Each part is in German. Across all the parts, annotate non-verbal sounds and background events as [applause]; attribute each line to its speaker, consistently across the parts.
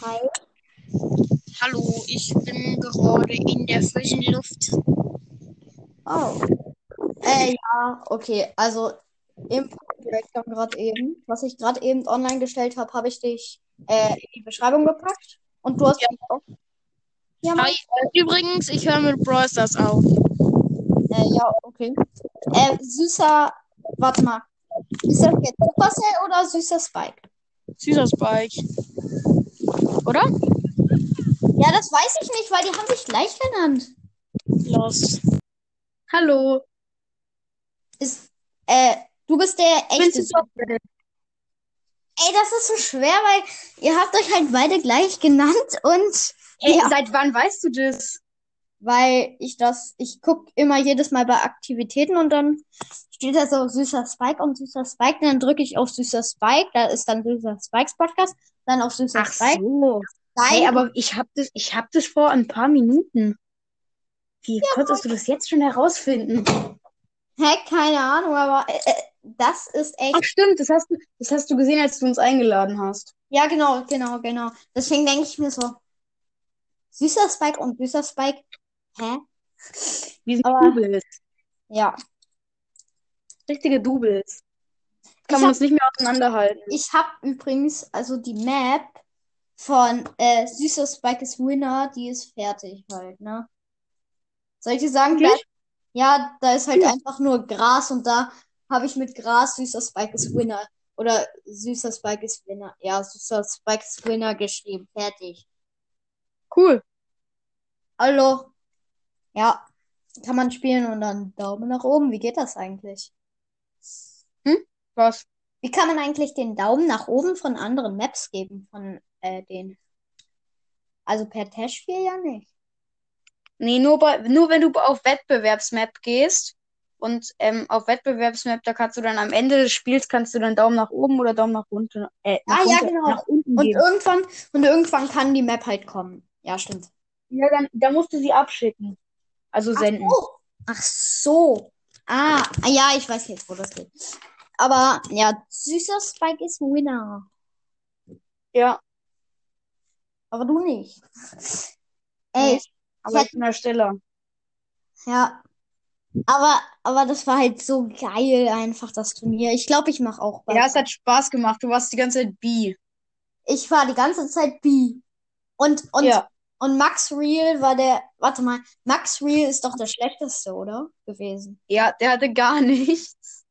Speaker 1: Hi.
Speaker 2: Hallo, ich bin gerade in der frischen Luft.
Speaker 1: Oh. Äh, ja, okay. Also im Projekt von gerade eben, was ich gerade eben online gestellt habe, habe ich dich äh, in die Beschreibung gepackt. Und du hast
Speaker 2: Ja.
Speaker 1: mich auch. Ja, Mann.
Speaker 2: Hi, äh, übrigens, ich höre mit Brawl Stars auf.
Speaker 1: Äh, ja, okay. Äh, süßer, warte mal. Ist das jetzt Supercell oder süßer Spike?
Speaker 2: Süßer Spike. Oder?
Speaker 1: Ja, das weiß ich nicht, weil die haben sich gleich genannt.
Speaker 2: Los.
Speaker 3: Hallo,
Speaker 1: Ist, äh, du bist der
Speaker 3: ich bin
Speaker 1: echte.
Speaker 3: Süßer.
Speaker 1: Ey, das ist so schwer, weil ihr habt euch halt beide gleich genannt und
Speaker 3: Hey,
Speaker 1: Ja.
Speaker 3: seit wann weißt du das?
Speaker 1: weil ich das, ich guck immer jedes Mal bei Aktivitäten und dann steht da so süßer Spike und süßer Spike, und dann drücke ich auf süßer Spike, da ist dann süßer Spikes Podcast, dann auf süßer
Speaker 3: Ach
Speaker 1: Spike,
Speaker 3: so. Hey,
Speaker 1: dein
Speaker 3: aber ich hab das, ich hab das vor ein paar Minuten. Wie konntest du das jetzt schon herausfinden?
Speaker 1: Hä, keine Ahnung, aber äh, äh, das ist echt.
Speaker 3: Ach stimmt, das hast du, das hast du gesehen, als du uns eingeladen hast.
Speaker 1: Ja, genau, genau, genau. Deswegen denke ich mir so, süßer Spike und süßer Spike, hä?
Speaker 3: Wir sind
Speaker 1: Aber
Speaker 3: Doubles,
Speaker 1: ja,
Speaker 3: richtige Doubles.
Speaker 1: ich
Speaker 3: Kann man
Speaker 1: hab,
Speaker 3: uns nicht mehr auseinanderhalten.
Speaker 1: ich hab übrigens, also die Map von äh, süßer Spike ist Winner, die ist fertig halt, ne? Soll ich dir sagen, da,
Speaker 3: Wirklich?
Speaker 1: ja, da ist halt
Speaker 3: Cool.
Speaker 1: einfach nur Gras und da habe ich mit Gras süßer Spike ist Winner oder süßer Spike ist Winner, ja, süßer Spike ist Winner geschrieben, fertig.
Speaker 3: Cool.
Speaker 1: Hallo, ja, kann man spielen und dann Daumen nach oben. Wie geht das eigentlich?
Speaker 3: Hm? Was?
Speaker 1: Wie kann man eigentlich den Daumen nach oben von anderen Maps geben? Von äh, den. Also per Testspiel ja nicht.
Speaker 3: Nee, nur bei, nur wenn du auf Wettbewerbsmap gehst und ähm, auf Wettbewerbsmap, da kannst du dann am Ende des Spiels kannst du dann Daumen nach oben oder Daumen nach unten, äh,
Speaker 1: Ah
Speaker 3: nach
Speaker 1: ja,
Speaker 3: unten,
Speaker 1: genau.
Speaker 3: nach unten
Speaker 1: Und
Speaker 3: geben.
Speaker 1: irgendwann, und irgendwann kann die Map halt kommen. Ja, stimmt.
Speaker 3: Ja, dann, dann musst du sie abschicken. Also
Speaker 1: Ach
Speaker 3: senden.
Speaker 1: so. Ach so. Ah, ah, ja, ich weiß jetzt, wo das geht. Aber ja, süßer Spike ist Winner.
Speaker 3: Ja,
Speaker 1: Aber du nicht. Ey,
Speaker 3: nee.
Speaker 1: ich, ich
Speaker 3: Aber ich
Speaker 1: hätte,
Speaker 3: bin Ersteller.
Speaker 1: ja. Aber, aber das war halt so geil, einfach das Turnier. Ich glaube, ich mache auch
Speaker 3: Ja,
Speaker 1: was.
Speaker 3: es hat Spaß gemacht. Du warst die ganze Zeit B.
Speaker 1: Ich war die ganze Zeit B. Und, und,
Speaker 3: Ja.
Speaker 1: und Max Real war der, warte mal, Max Real ist doch der schlechteste, oder? Gewesen.
Speaker 3: Ja, der hatte gar [laughs] nichts.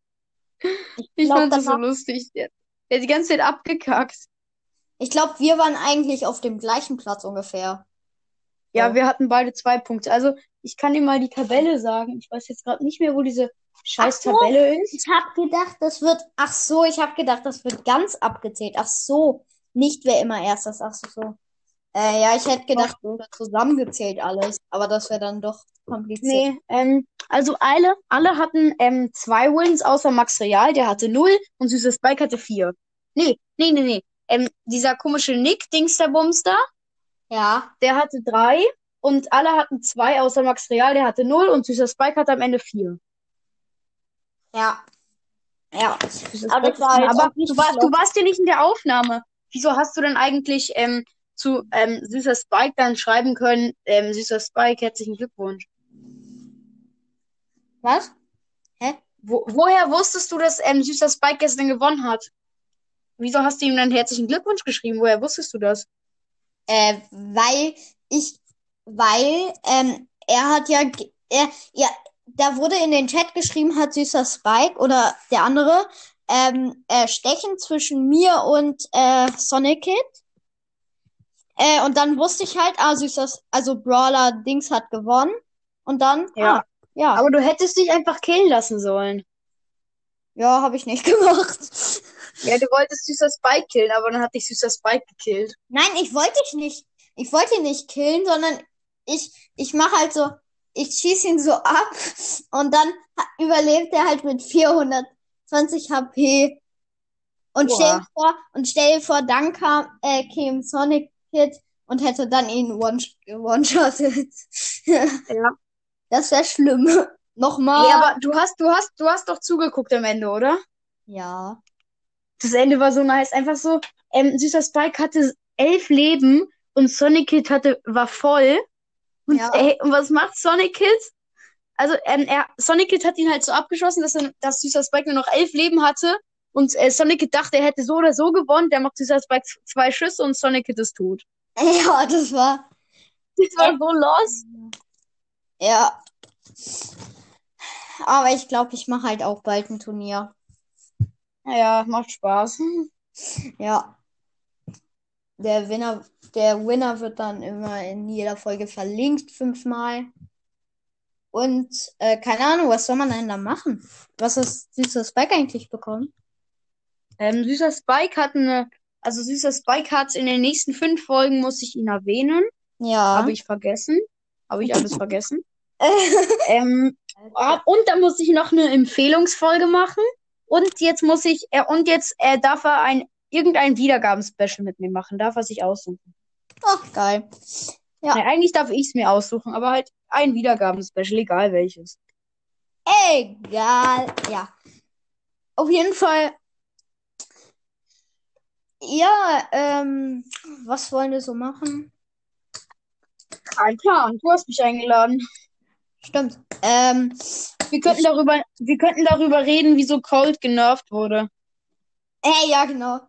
Speaker 1: Ich
Speaker 3: Ich
Speaker 1: glaube,
Speaker 3: fand das so
Speaker 1: danach,
Speaker 3: lustig. Der, der hat die ganze Zeit abgekackt.
Speaker 1: ich glaube, wir waren eigentlich auf dem gleichen Platz ungefähr.
Speaker 3: Ja,
Speaker 1: So.
Speaker 3: wir hatten beide zwei Punkte. Also, ich kann dir mal die Tabelle sagen. Ich weiß jetzt gerade nicht mehr, wo diese
Speaker 1: Ach
Speaker 3: scheiß
Speaker 1: so,
Speaker 3: Tabelle
Speaker 1: ich
Speaker 3: ist.
Speaker 1: habe gedacht, das wird, ach so, ich habe gedacht, das wird ganz abgezählt. Ach so, nicht wer immer erst ist, ach so. Äh, ja, ich hätte
Speaker 3: Doch,
Speaker 1: gedacht, das wird zusammengezählt alles, aber das wäre dann doch kompliziert.
Speaker 3: nee. Ähm, also alle, alle hatten ähm, zwei Wins, außer Max Real, der hatte null und Süßes Spike hatte vier. Nee, nee, nee, nee. Ähm, dieser komische Nick, Dingsterbums da,
Speaker 1: Ja,
Speaker 3: der hatte drei und alle hatten zwei, außer Max Real, der hatte null und Süßer Spike hatte am Ende vier.
Speaker 1: ja, ja.
Speaker 3: Süßer
Speaker 1: Aber das
Speaker 3: Spike ist
Speaker 1: war
Speaker 3: vier.
Speaker 1: halt
Speaker 3: Aber
Speaker 1: auch nicht
Speaker 3: du warst,
Speaker 1: schlecht.
Speaker 3: du warst ja nicht in der Aufnahme. Wieso hast du denn eigentlich ähm, zu ähm, Süßer Spike dann schreiben können, ähm, Süßer Spike, herzlichen Glückwunsch?
Speaker 1: Was? Hä?
Speaker 3: Wo, woher wusstest du, dass ähm, Süßer Spike gestern gewonnen hat? Wieso hast du ihm dann herzlichen Glückwunsch geschrieben? Woher wusstest du das?
Speaker 1: Äh, weil ich, weil, ähm, er hat ja, ge- er, ja, da wurde in den Chat geschrieben, hat süßer Spike oder der andere, ähm, äh, Stechen zwischen mir und, äh, Sonic Kid. Äh, und dann wusste ich halt, ah, süßer, S- also Brawler Dings hat gewonnen. Und dann, ah,
Speaker 3: Ja.
Speaker 1: ja,
Speaker 3: Aber du hättest dich einfach killen lassen sollen.
Speaker 1: ja, habe ich nicht [laughs] gemacht.
Speaker 3: Ja, du wolltest Süßer Spike killen, aber dann hat dich Süßer Spike gekillt.
Speaker 1: Nein, ich wollte dich nicht. Ich wollte ihn nicht killen, sondern ich, ich mache halt so, ich schieße ihn so ab [laughs] und dann ha- überlebt er halt mit 420 HP. Und stell dir
Speaker 3: Boah.
Speaker 1: vor, und stell dir vor, dann kam, äh, käme Sonic Kid und hätte dann ihn one, one-shotted. [laughs]
Speaker 3: Ja.
Speaker 1: Das wäre schlimm. [laughs]
Speaker 3: Ey,
Speaker 1: Nochmal.
Speaker 3: aber Ah. du hast, du hast, du hast doch zugeguckt am Ende, oder?
Speaker 1: Ja.
Speaker 3: Das Ende war so nice. Einfach so, ähm, Süßer Spike hatte elf Leben und Sonic Kid hatte, war voll. Und,
Speaker 1: Ja.
Speaker 3: ey, und was macht Sonic Kid? Also, ähm, er, Sonic Kid hat ihn halt so abgeschossen, dass, er, dass Süßer Spike nur noch elf Leben hatte. Und äh, Sonic Kid dachte, er hätte so oder so gewonnen. Der macht Süßer Spike z- zwei Schüsse und Sonic Kid ist tot.
Speaker 1: Ja, das war.
Speaker 3: Das war so los.
Speaker 1: Ja. Aber ich glaube, ich mache halt auch bald ein Turnier.
Speaker 3: Ja, macht Spaß.
Speaker 1: Ja. Der Winner, der Winner wird dann immer in jeder Folge verlinkt, fünfmal. Und äh, keine Ahnung, was soll man denn da machen? Was ist süßer Spike eigentlich bekommen?
Speaker 3: Ähm, Süßer Spike hat eine, also Süßer Spike hat in den nächsten fünf Folgen, muss ich ihn erwähnen.
Speaker 1: Ja.
Speaker 3: Habe ich vergessen. Habe ich alles vergessen. Ähm, ah, und dann muss ich noch eine Empfehlungsfolge machen. Und jetzt muss ich, äh, und jetzt äh, darf er ein irgendein Wiedergabenspecial mit mir machen. Darf er sich aussuchen.
Speaker 1: [laughs] Ach, geil. Ja.
Speaker 3: Nee, eigentlich darf ich es mir aussuchen, aber halt ein Wiedergabenspecial, egal welches.
Speaker 1: Egal. Ja. Auf jeden Fall. Ja, ähm, was wollen wir so machen?
Speaker 3: Kein Plan. Du hast mich eingeladen.
Speaker 1: Stimmt. Ähm,
Speaker 3: Wir könnten darüber, wir könnten darüber reden, wieso Cold genervt wurde.
Speaker 1: äh, ja, genau.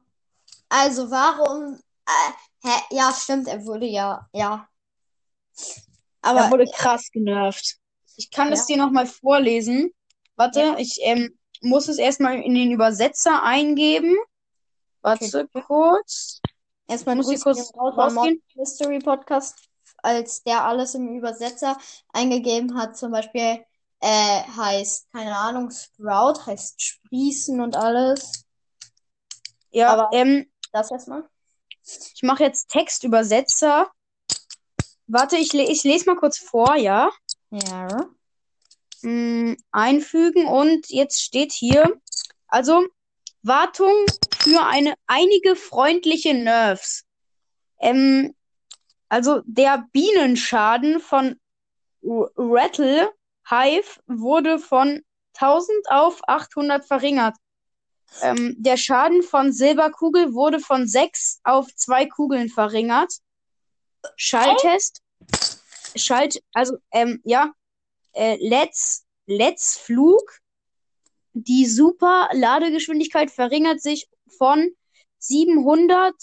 Speaker 1: Also, warum? Äh, hä, ja, stimmt, er wurde ja, ja.
Speaker 3: Er
Speaker 1: Aber
Speaker 3: wurde krass genervt. Ich kann es dir nochmal vorlesen. Warte,
Speaker 1: Ja.
Speaker 3: ich ähm, muss es erstmal in den Übersetzer eingeben. Warte kurz.
Speaker 1: erstmal
Speaker 3: muss ich
Speaker 1: Grüße
Speaker 3: kurz
Speaker 1: gehen raus am
Speaker 3: rausgehen?
Speaker 1: Modern Mystery Podcast, als der alles im Übersetzer eingegeben hat, zum Beispiel, äh, heißt, keine Ahnung, Sprout heißt Sprießen und alles.
Speaker 3: Ja,
Speaker 1: Aber-
Speaker 3: ähm,
Speaker 1: Das erstmal.
Speaker 3: ich mache jetzt Textübersetzer. Warte, ich, le ich lese mal kurz vor, ja?
Speaker 1: Ja.
Speaker 3: Mm, einfügen und jetzt steht hier, also Wartung für eine einige freundliche Nerves. Ähm, also der Bienenschaden von R- Rattle Hive wurde von 1000 auf 800 verringert. Ähm, der Schaden von Silberkugel wurde von 6 auf 2 Kugeln verringert. Schalltest. Schalt, also, ähm, ja, äh, Let's, Let's Flug. Die super Ladegeschwindigkeit verringert sich von 700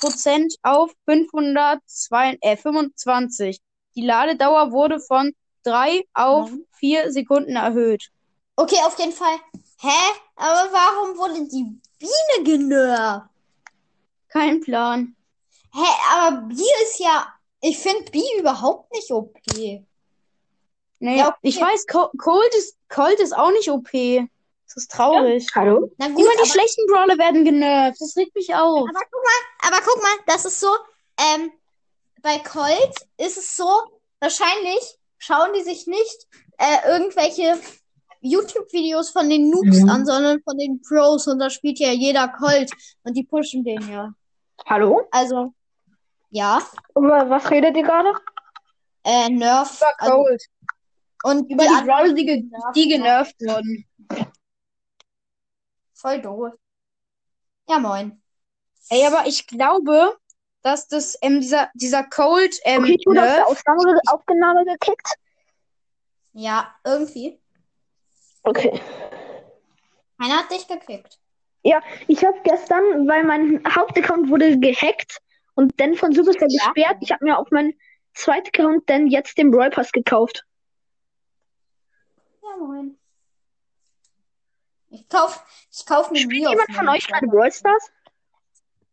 Speaker 3: Prozent auf 502, äh, 25. Die Ladedauer wurde von 3 auf
Speaker 1: Mhm.
Speaker 3: 4 Sekunden erhöht.
Speaker 1: Okay, auf jeden Fall. Hä? Aber warum wurde die Biene genervt?
Speaker 3: Kein Plan.
Speaker 1: Hä, aber B ist ja. Ich finde B überhaupt nicht OP.
Speaker 3: Naja,
Speaker 1: Ja, okay.
Speaker 3: ich weiß, Co- Cold ist, Cold ist auch nicht OP. Das ist traurig.
Speaker 2: Hallo?
Speaker 1: Na gut,
Speaker 3: Immer die
Speaker 1: aber,
Speaker 3: schlechten Brawler werden genervt. Das regt mich auf.
Speaker 1: aber guck mal, aber guck mal, das ist so, ähm, bei Colt ist es so, wahrscheinlich schauen die sich nicht äh, irgendwelche YouTube-Videos von den Noobs
Speaker 2: Mhm.
Speaker 1: an, sondern von den Pros und da spielt ja jeder Colt und die pushen den ja.
Speaker 2: Hallo?
Speaker 1: Also, ja,
Speaker 2: Über was redet ihr gerade?
Speaker 1: äh, Nerf
Speaker 3: Über
Speaker 1: also,
Speaker 3: Cold.
Speaker 1: und
Speaker 3: Über
Speaker 1: die
Speaker 3: die
Speaker 1: anderen
Speaker 3: Brawler, die, ge
Speaker 1: genervt
Speaker 3: die
Speaker 1: waren.
Speaker 3: genervt wurden.
Speaker 1: Voll doof. Ja, moin.
Speaker 3: Ey, aber ich glaube, dass das, ähm, dieser, dieser Cold, ähm,
Speaker 2: Okay, du hast die
Speaker 3: Nerf,
Speaker 2: Aufnahme, Aufnahme gekickt.
Speaker 1: Ja, irgendwie.
Speaker 2: Okay.
Speaker 1: Keiner hat dich gekickt.
Speaker 2: Ich habe gestern, weil mein Hauptaccount wurde gehackt und dann von Supercell
Speaker 1: Ja.
Speaker 2: gesperrt, ich habe mir auf meinen zweiten Account dann jetzt den Brawl Pass gekauft.
Speaker 1: Ja, moin. Ich kauf, ich kauf mir nie auf
Speaker 2: Jemand von
Speaker 1: meinen
Speaker 2: euch gerade
Speaker 1: Server.
Speaker 2: Brawl Stars?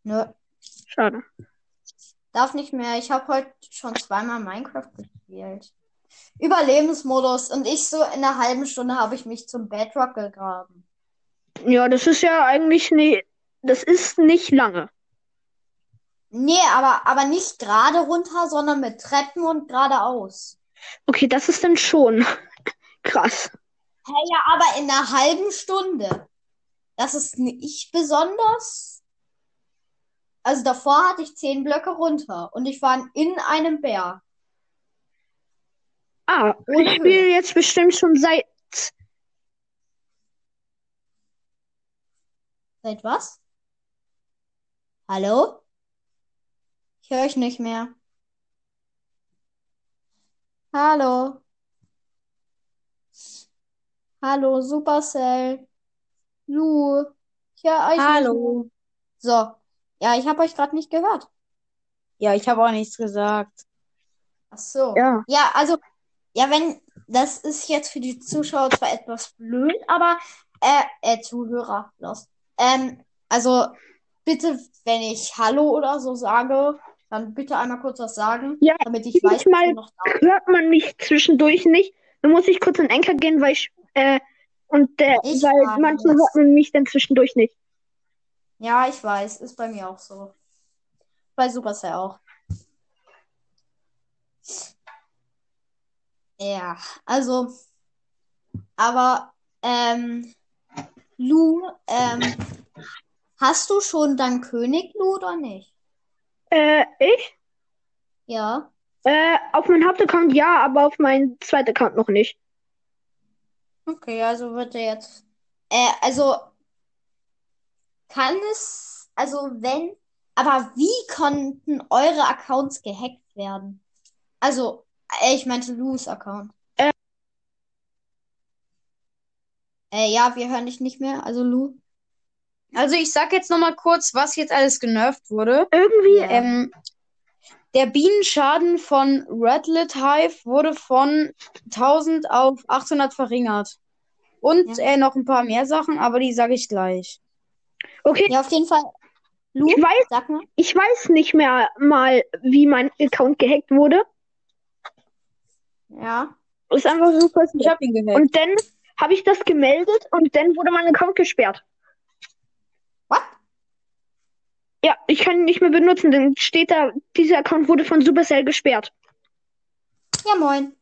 Speaker 1: Nö,
Speaker 2: Schade.
Speaker 1: darf nicht mehr. Ich habe heute schon zweimal Minecraft gespielt. Überlebensmodus und ich so in einer halben Stunde habe ich mich zum Bedrock gegraben.
Speaker 2: Ja, das ist ja eigentlich nie, das ist nicht lange.
Speaker 1: Nee, aber, aber nicht gerade runter, sondern mit Treppen und geradeaus.
Speaker 2: Okay, das ist dann schon [laughs] krass.
Speaker 1: Hä, ja, aber in einer halben Stunde. Das ist nicht besonders. Also davor hatte ich zehn Blöcke runter und ich war in einem Berg.
Speaker 2: Ah,
Speaker 1: Ohne
Speaker 2: ich spiele jetzt bestimmt schon seit
Speaker 1: Seit was? Hallo? Ich höre euch nicht mehr. Hallo. Hallo, Supercell. Lu. Ich höre euch nicht mehr.
Speaker 3: Hallo.
Speaker 1: So. Ja, ich habe euch gerade nicht gehört.
Speaker 3: Ja, ich habe auch nichts gesagt.
Speaker 1: Ach so.
Speaker 2: Ja.
Speaker 1: Ja, also, ja, wenn, das ist jetzt für die Zuschauer zwar etwas blöd, aber, äh, äh, Zuhörer, los. Ähm, also, bitte, wenn ich Hallo oder so sage, dann bitte einmal kurz was sagen,
Speaker 2: Ja,
Speaker 1: damit ich weiß, dass
Speaker 2: manchmal-
Speaker 1: ihr noch da
Speaker 2: Hört man mich zwischendurch nicht? Dann muss ich kurz in Enker gehen, weil ich, äh, und äh,
Speaker 1: Ich
Speaker 2: weil
Speaker 1: war
Speaker 2: manchmal
Speaker 1: das.
Speaker 2: hört man mich dann zwischendurch nicht.
Speaker 1: Ja, ich weiß, ist bei mir auch so. Bei Supercell auch. Ja, also, aber, ähm, Lu, ähm, hast du schon dann König, Lu, oder nicht?
Speaker 2: Äh, ich?
Speaker 1: Ja.
Speaker 2: Äh, auf meinem Hauptaccount ja, aber auf meinem zweiten Account noch nicht.
Speaker 1: Okay, also wird er jetzt. Äh, also, kann es, also wenn, aber wie konnten eure Accounts gehackt werden? Also, äh, ich meinte Lou's Account.
Speaker 2: Äh.
Speaker 1: Äh, ja, wir hören dich nicht mehr, also Lou.
Speaker 3: Also ich sag jetzt nochmal kurz, was jetzt alles genervt wurde.
Speaker 2: Irgendwie,
Speaker 1: Ja.
Speaker 3: Ähm, der Bienenschaden von Ratlet Hive wurde von 1000 auf 800 verringert. Und
Speaker 1: Ja.
Speaker 3: äh, noch ein paar mehr Sachen, aber die sage ich gleich.
Speaker 2: okay,
Speaker 1: Ja, auf jeden Fall. Lou,
Speaker 2: ich weiß,
Speaker 1: sag mal.
Speaker 2: ich weiß nicht mehr mal, wie mein Account gehackt wurde.
Speaker 1: Ja.
Speaker 2: Ist einfach so
Speaker 3: Ich
Speaker 2: passiert.
Speaker 3: habe ihn gehört.
Speaker 2: Und dann habe ich das gemeldet und dann wurde mein Account gesperrt.
Speaker 1: What?
Speaker 2: Ja, ich kann ihn nicht mehr benutzen, dann steht da, dieser Account wurde von Supercell gesperrt.
Speaker 1: Ja, moin.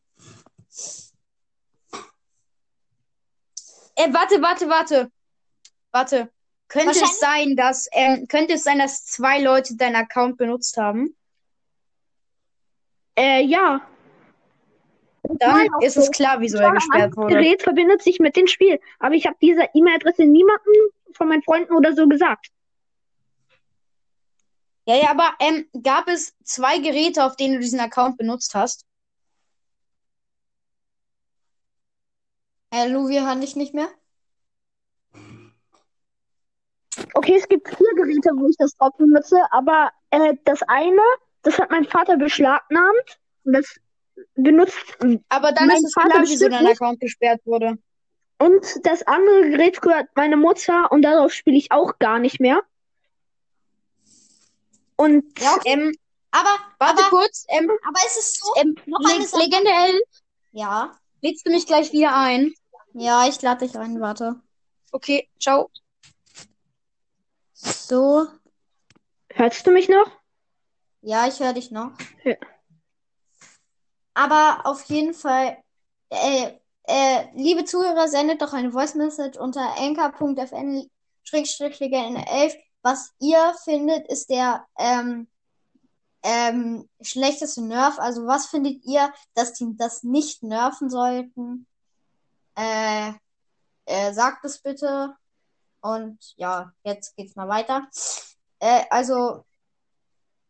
Speaker 3: Äh, warte, warte, warte. Warte. Könnte
Speaker 1: Wahrscheinlich-
Speaker 3: es sein, dass ähm, könnte es sein, dass zwei Leute deinen Account benutzt haben?
Speaker 2: Äh, ja.
Speaker 3: Dann
Speaker 2: meine auch
Speaker 3: ist
Speaker 2: so.
Speaker 3: es klar, wieso er
Speaker 2: Zwar ein
Speaker 3: gesperrt
Speaker 2: anderes
Speaker 3: wurde.
Speaker 2: Gerät verbindet sich mit dem Spiel, aber ich habe diese E-Mail-Adresse niemandem von meinen Freunden oder so gesagt.
Speaker 3: Ja, ja, aber ähm, gab es zwei Geräte, auf denen du diesen Account benutzt hast?
Speaker 1: Äh, Lou, wir hören dich nicht mehr.
Speaker 2: Okay, es gibt vier Geräte, wo ich das drauf benutze, aber äh, das eine, das hat mein Vater beschlagnahmt und das benutzt
Speaker 3: Aber dann
Speaker 2: Mein
Speaker 3: ist es
Speaker 2: Vater
Speaker 3: klar, wieso
Speaker 2: bestimmt
Speaker 3: dein
Speaker 2: nicht.
Speaker 3: Account gesperrt wurde.
Speaker 2: und das andere Gerät gehört meine Mutter und darauf spiele ich auch gar nicht mehr. Und
Speaker 1: Ja, okay.
Speaker 3: Ähm,
Speaker 1: Aber,
Speaker 3: warte
Speaker 1: aber,
Speaker 3: kurz. Ähm,
Speaker 1: aber es ist so.
Speaker 3: ähm,
Speaker 1: Noch eine
Speaker 3: Le
Speaker 1: Sache.
Speaker 3: legendell,
Speaker 1: Ja.
Speaker 3: lädst du mich gleich wieder ein?
Speaker 1: Ja, ich lade dich ein, warte.
Speaker 3: Okay, ciao.
Speaker 1: So,
Speaker 2: hörst du mich noch?
Speaker 1: ja, ich höre dich noch.
Speaker 2: Ja.
Speaker 1: Aber auf jeden Fall, äh, äh, liebe Zuhörer, sendet doch eine Voice Message unter anchor.fn-legenden11. Was ihr findet, ist der ähm, ähm, schlechteste Nerf. Also was findet ihr, dass die das nicht nerven sollten? Äh, äh, sagt es bitte. Und ja, jetzt geht's mal weiter. Äh, also,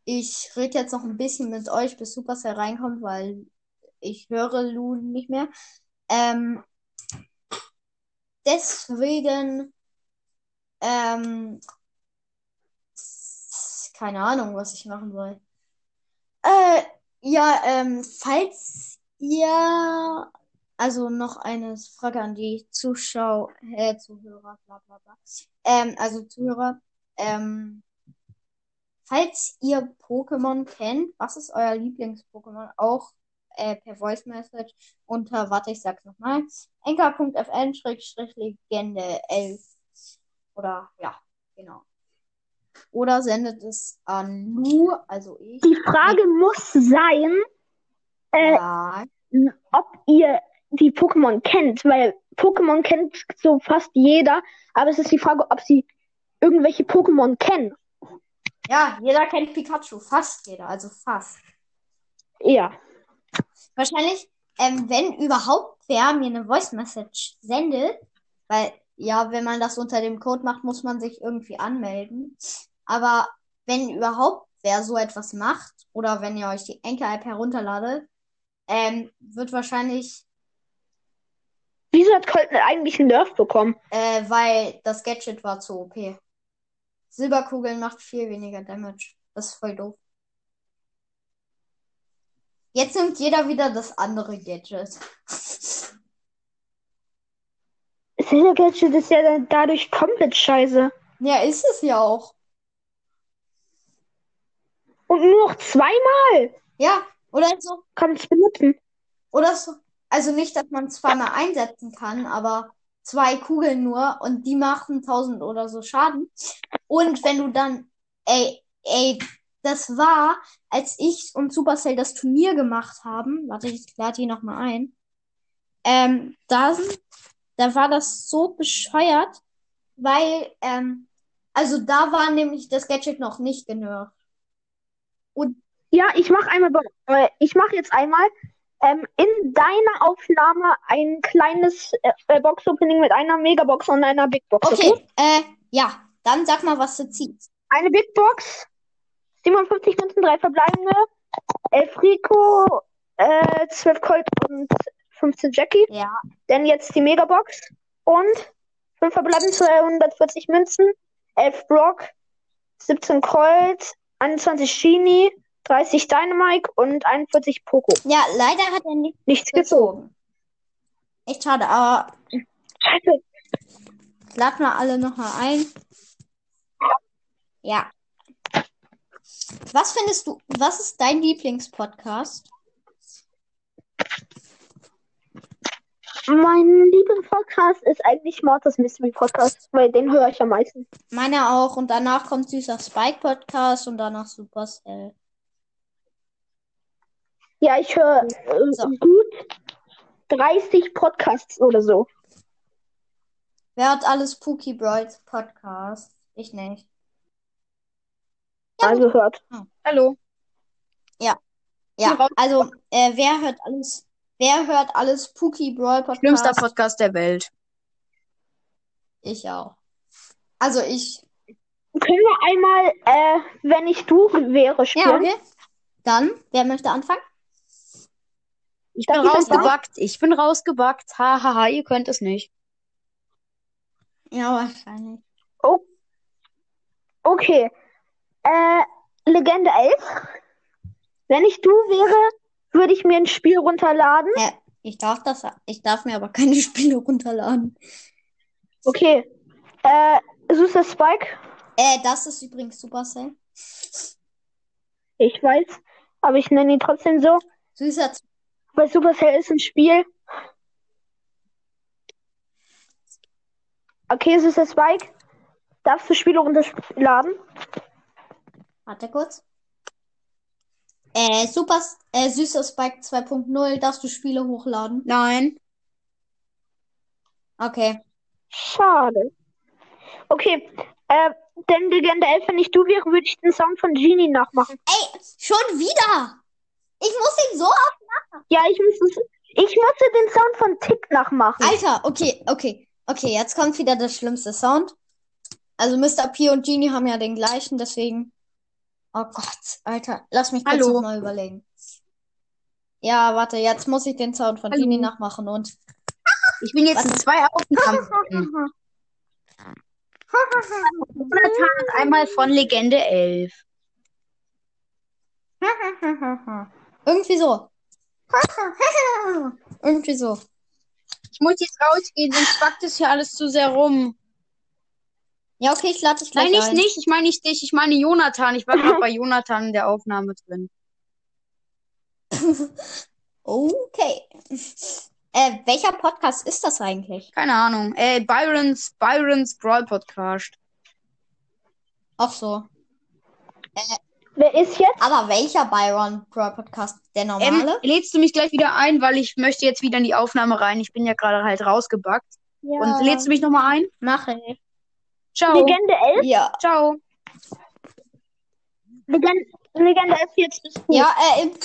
Speaker 1: ich rede jetzt noch ein bisschen mit euch, bis Supercell reinkommt, weil ich höre Lu nicht mehr. Ähm, deswegen, ähm, keine Ahnung, was ich machen soll. Äh, ja, ähm, falls ihr also noch eine Frage an die Zuschauer, äh, Zuhörer, bla bla bla. Ähm, also Zuhörer, ähm, falls ihr Pokémon kennt, was ist euer Lieblings-Pokémon? Auch äh, per Voice Message unter, warte, ich sag's nochmal, enker.fn-legende 11. Oder, ja, genau. Oder sendet es an Lu, also ich.
Speaker 2: Die Frage muss sein, äh,
Speaker 1: Ja,
Speaker 2: ob ihr die Pokémon kennt, weil Pokémon kennt so fast jeder, aber es ist die Frage, ob sie irgendwelche Pokémon kennen.
Speaker 1: ja, jeder kennt Pikachu, fast jeder, also fast.
Speaker 2: Ja.
Speaker 1: Wahrscheinlich, ähm, wenn überhaupt wer mir eine Voice Message sendet, weil ja, wenn man das unter dem Code macht, muss man sich irgendwie anmelden. Aber wenn überhaupt wer so etwas macht, oder wenn ihr euch die Enker-App herunterladet, ähm, wird wahrscheinlich,
Speaker 2: Wieso hat Colton eigentlich einen Nerf bekommen?
Speaker 1: äh, weil das Gadget war zu OP. Silberkugeln macht viel weniger Damage. Das ist voll doof. Jetzt nimmt jeder wieder das andere Gadget. [laughs]
Speaker 2: Silver Gadget ist ja dann dadurch komplett scheiße.
Speaker 1: Ja, ist es ja auch.
Speaker 2: Und nur noch zweimal
Speaker 1: Ja, oder so,
Speaker 2: kann es benutzen.
Speaker 1: oder so. Also nicht, dass man zweimal einsetzen kann, aber zwei Kugeln nur und die machen 1000 oder so Schaden. Und wenn du dann, ey, ey, das war, als ich und Supercell das Turnier gemacht haben, warte, ich lade die nochmal ein, ähm, da, da war das so bescheuert, weil, ähm, also da war nämlich das Gadget noch nicht genervt.
Speaker 2: Ja, ich mach einmal, bei- äh, ich mach jetzt einmal ähm, in deiner Aufnahme ein kleines äh, äh, Box-Opening mit einer Megabox und einer Big Box.
Speaker 1: Okay, äh, ja, dann sag mal, was du ziehst.
Speaker 2: Eine Big Box, 57 Münzen, drei verbleibende, elf Rico, äh, 12 Colt und 15 Jackie.
Speaker 1: Ja.
Speaker 2: Dann jetzt die Megabox und fünf verbleibende, 240 Münzen, 11 Brock, 17 Colt, 21 Genie, 30 Dynamite und 41 Poco.
Speaker 1: Ja, leider hat er nichts
Speaker 2: Nichts gezogen.
Speaker 1: gezogen. Echt schade, aber
Speaker 2: Scheiße.
Speaker 1: lad mal alle nochmal ein. Ja. Was findest du, was ist dein Lieblingspodcast?
Speaker 2: Mein Lieblingspodcast ist eigentlich Mortis Mystery Podcast, weil den höre ich am meisten.
Speaker 1: Meiner auch. Und danach kommt süßer Spike-Podcast und danach Supercell.
Speaker 2: Ja, ich höre äh,
Speaker 1: So.
Speaker 2: gut 30 Podcasts oder so.
Speaker 1: Wer hat alles Pookie Broids Podcast? Ich nicht.
Speaker 2: Also hört.
Speaker 3: Hallo.
Speaker 1: Ja,
Speaker 3: Raus-
Speaker 1: also, äh, wer hört alles, wer hört alles Pookie Brawl Podcast?
Speaker 3: Schlimmster Podcast der Welt.
Speaker 1: Ich auch. Also ich.
Speaker 2: Können wir einmal, äh, wenn ich du wäre,
Speaker 1: Ja,
Speaker 2: spielen?
Speaker 1: okay. Dann, wer möchte anfangen?
Speaker 3: Ich
Speaker 2: Darf
Speaker 3: bin
Speaker 2: ich das
Speaker 3: rausgebackt. Ich bin rausgebackt. Hahaha, ha, ha, ihr könnt es nicht.
Speaker 1: Ja, wahrscheinlich.
Speaker 2: Okay. Äh, Legende 11. Wenn ich du wäre, würde ich mir ein Spiel runterladen.
Speaker 1: Ich darf das, ich darf mir aber [laughs] keine Spiele runterladen.
Speaker 2: Okay. Äh, Süßer Spike.
Speaker 1: Äh, das ist übrigens Supercell.
Speaker 2: Ich weiß, aber ich nenne ihn trotzdem so.
Speaker 1: Süßer, Z-
Speaker 2: Weil Supercell ist ein Spiel. Okay, es ist der Spike. Darfst du Spiele runterladen?
Speaker 1: warte kurz. Äh, Super, äh, süßer Spike 2.0, darfst du Spiele hochladen?
Speaker 3: Nein.
Speaker 1: Okay.
Speaker 2: Schade. Okay, äh, denn Legende 11, wenn ich du wäre, würde ich den Sound von Genie nachmachen.
Speaker 1: Schon wieder! Ich muss ihn so auf.
Speaker 2: Ja, ich muss, es- ich musste den Sound von Tick nachmachen.
Speaker 1: Alter, okay, okay, okay, jetzt kommt wieder das schlimmste Sound. Also Mr. P und Genie haben ja den gleichen, deswegen. Oh Gott, Alter, lass mich kurz
Speaker 3: Hallo.
Speaker 1: noch mal überlegen. Ja, warte, jetzt muss ich den Sound von
Speaker 3: Hallo.
Speaker 1: Genie nachmachen und.
Speaker 3: Ich bin jetzt in zwei Aufnahmen. [laughs] Jonathan, einmal von Legende 11.
Speaker 1: [laughs] Irgendwie so. [laughs] Irgendwie so.
Speaker 3: Ich muss jetzt rausgehen, sonst backt es hier alles zu sehr rum.
Speaker 1: Ja, okay, ich lade dich gleich
Speaker 3: Nein, ich
Speaker 1: ein.
Speaker 3: nicht. Ich meine nicht dich. Ich meine Jonathan. [laughs] Ich war gerade bei Jonathan in der Aufnahme drin.
Speaker 1: Okay. [laughs] Äh, welcher Podcast ist das eigentlich?
Speaker 3: Keine Ahnung. Äh, Byron's, Byron's Brawl Podcast.
Speaker 1: Ach so.
Speaker 2: Wer ist jetzt?
Speaker 1: Aber welcher Byron Pro Podcast? Der
Speaker 3: Ähm,
Speaker 1: normale?
Speaker 3: lädst du mich gleich wieder ein, weil ich möchte jetzt wieder in die Aufnahme rein. Ich bin ja gerade halt rausgebackt.
Speaker 1: Ja.
Speaker 3: Und lädst du mich nochmal ein?
Speaker 1: mache ich.
Speaker 3: Ciao.
Speaker 2: Legende 11?
Speaker 1: Ja.
Speaker 3: Ciao.
Speaker 2: Legende, Legende 11, jetzt bist du.
Speaker 1: Ja, äh, im-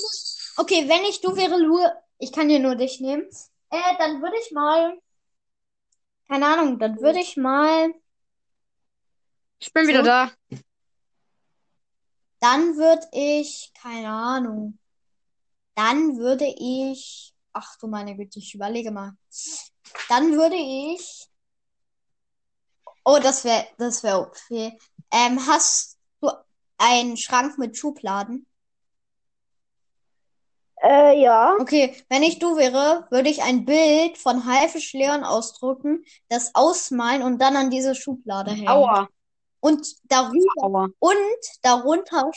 Speaker 1: okay, wenn ich du wäre, Lu, ich kann hier nur dich nehmen. Äh, dann würde ich mal. Keine Ahnung, dann würde ich mal.
Speaker 3: Ich bin wieder da.
Speaker 1: Dann würde ich, keine Ahnung, dann würde ich, ach du meine Güte, ich überlege mal. Dann würde ich, oh, das wäre, das wäre okay. Ähm, hast du einen Schrank mit Schubladen?
Speaker 2: Äh, ja.
Speaker 1: Okay, wenn ich du wäre, würde ich ein Bild von Haifisch Leon ausdrucken, das ausmalen und dann an diese Schublade hängen.
Speaker 3: Aua,
Speaker 1: Und darüber
Speaker 3: aua.
Speaker 1: und darunter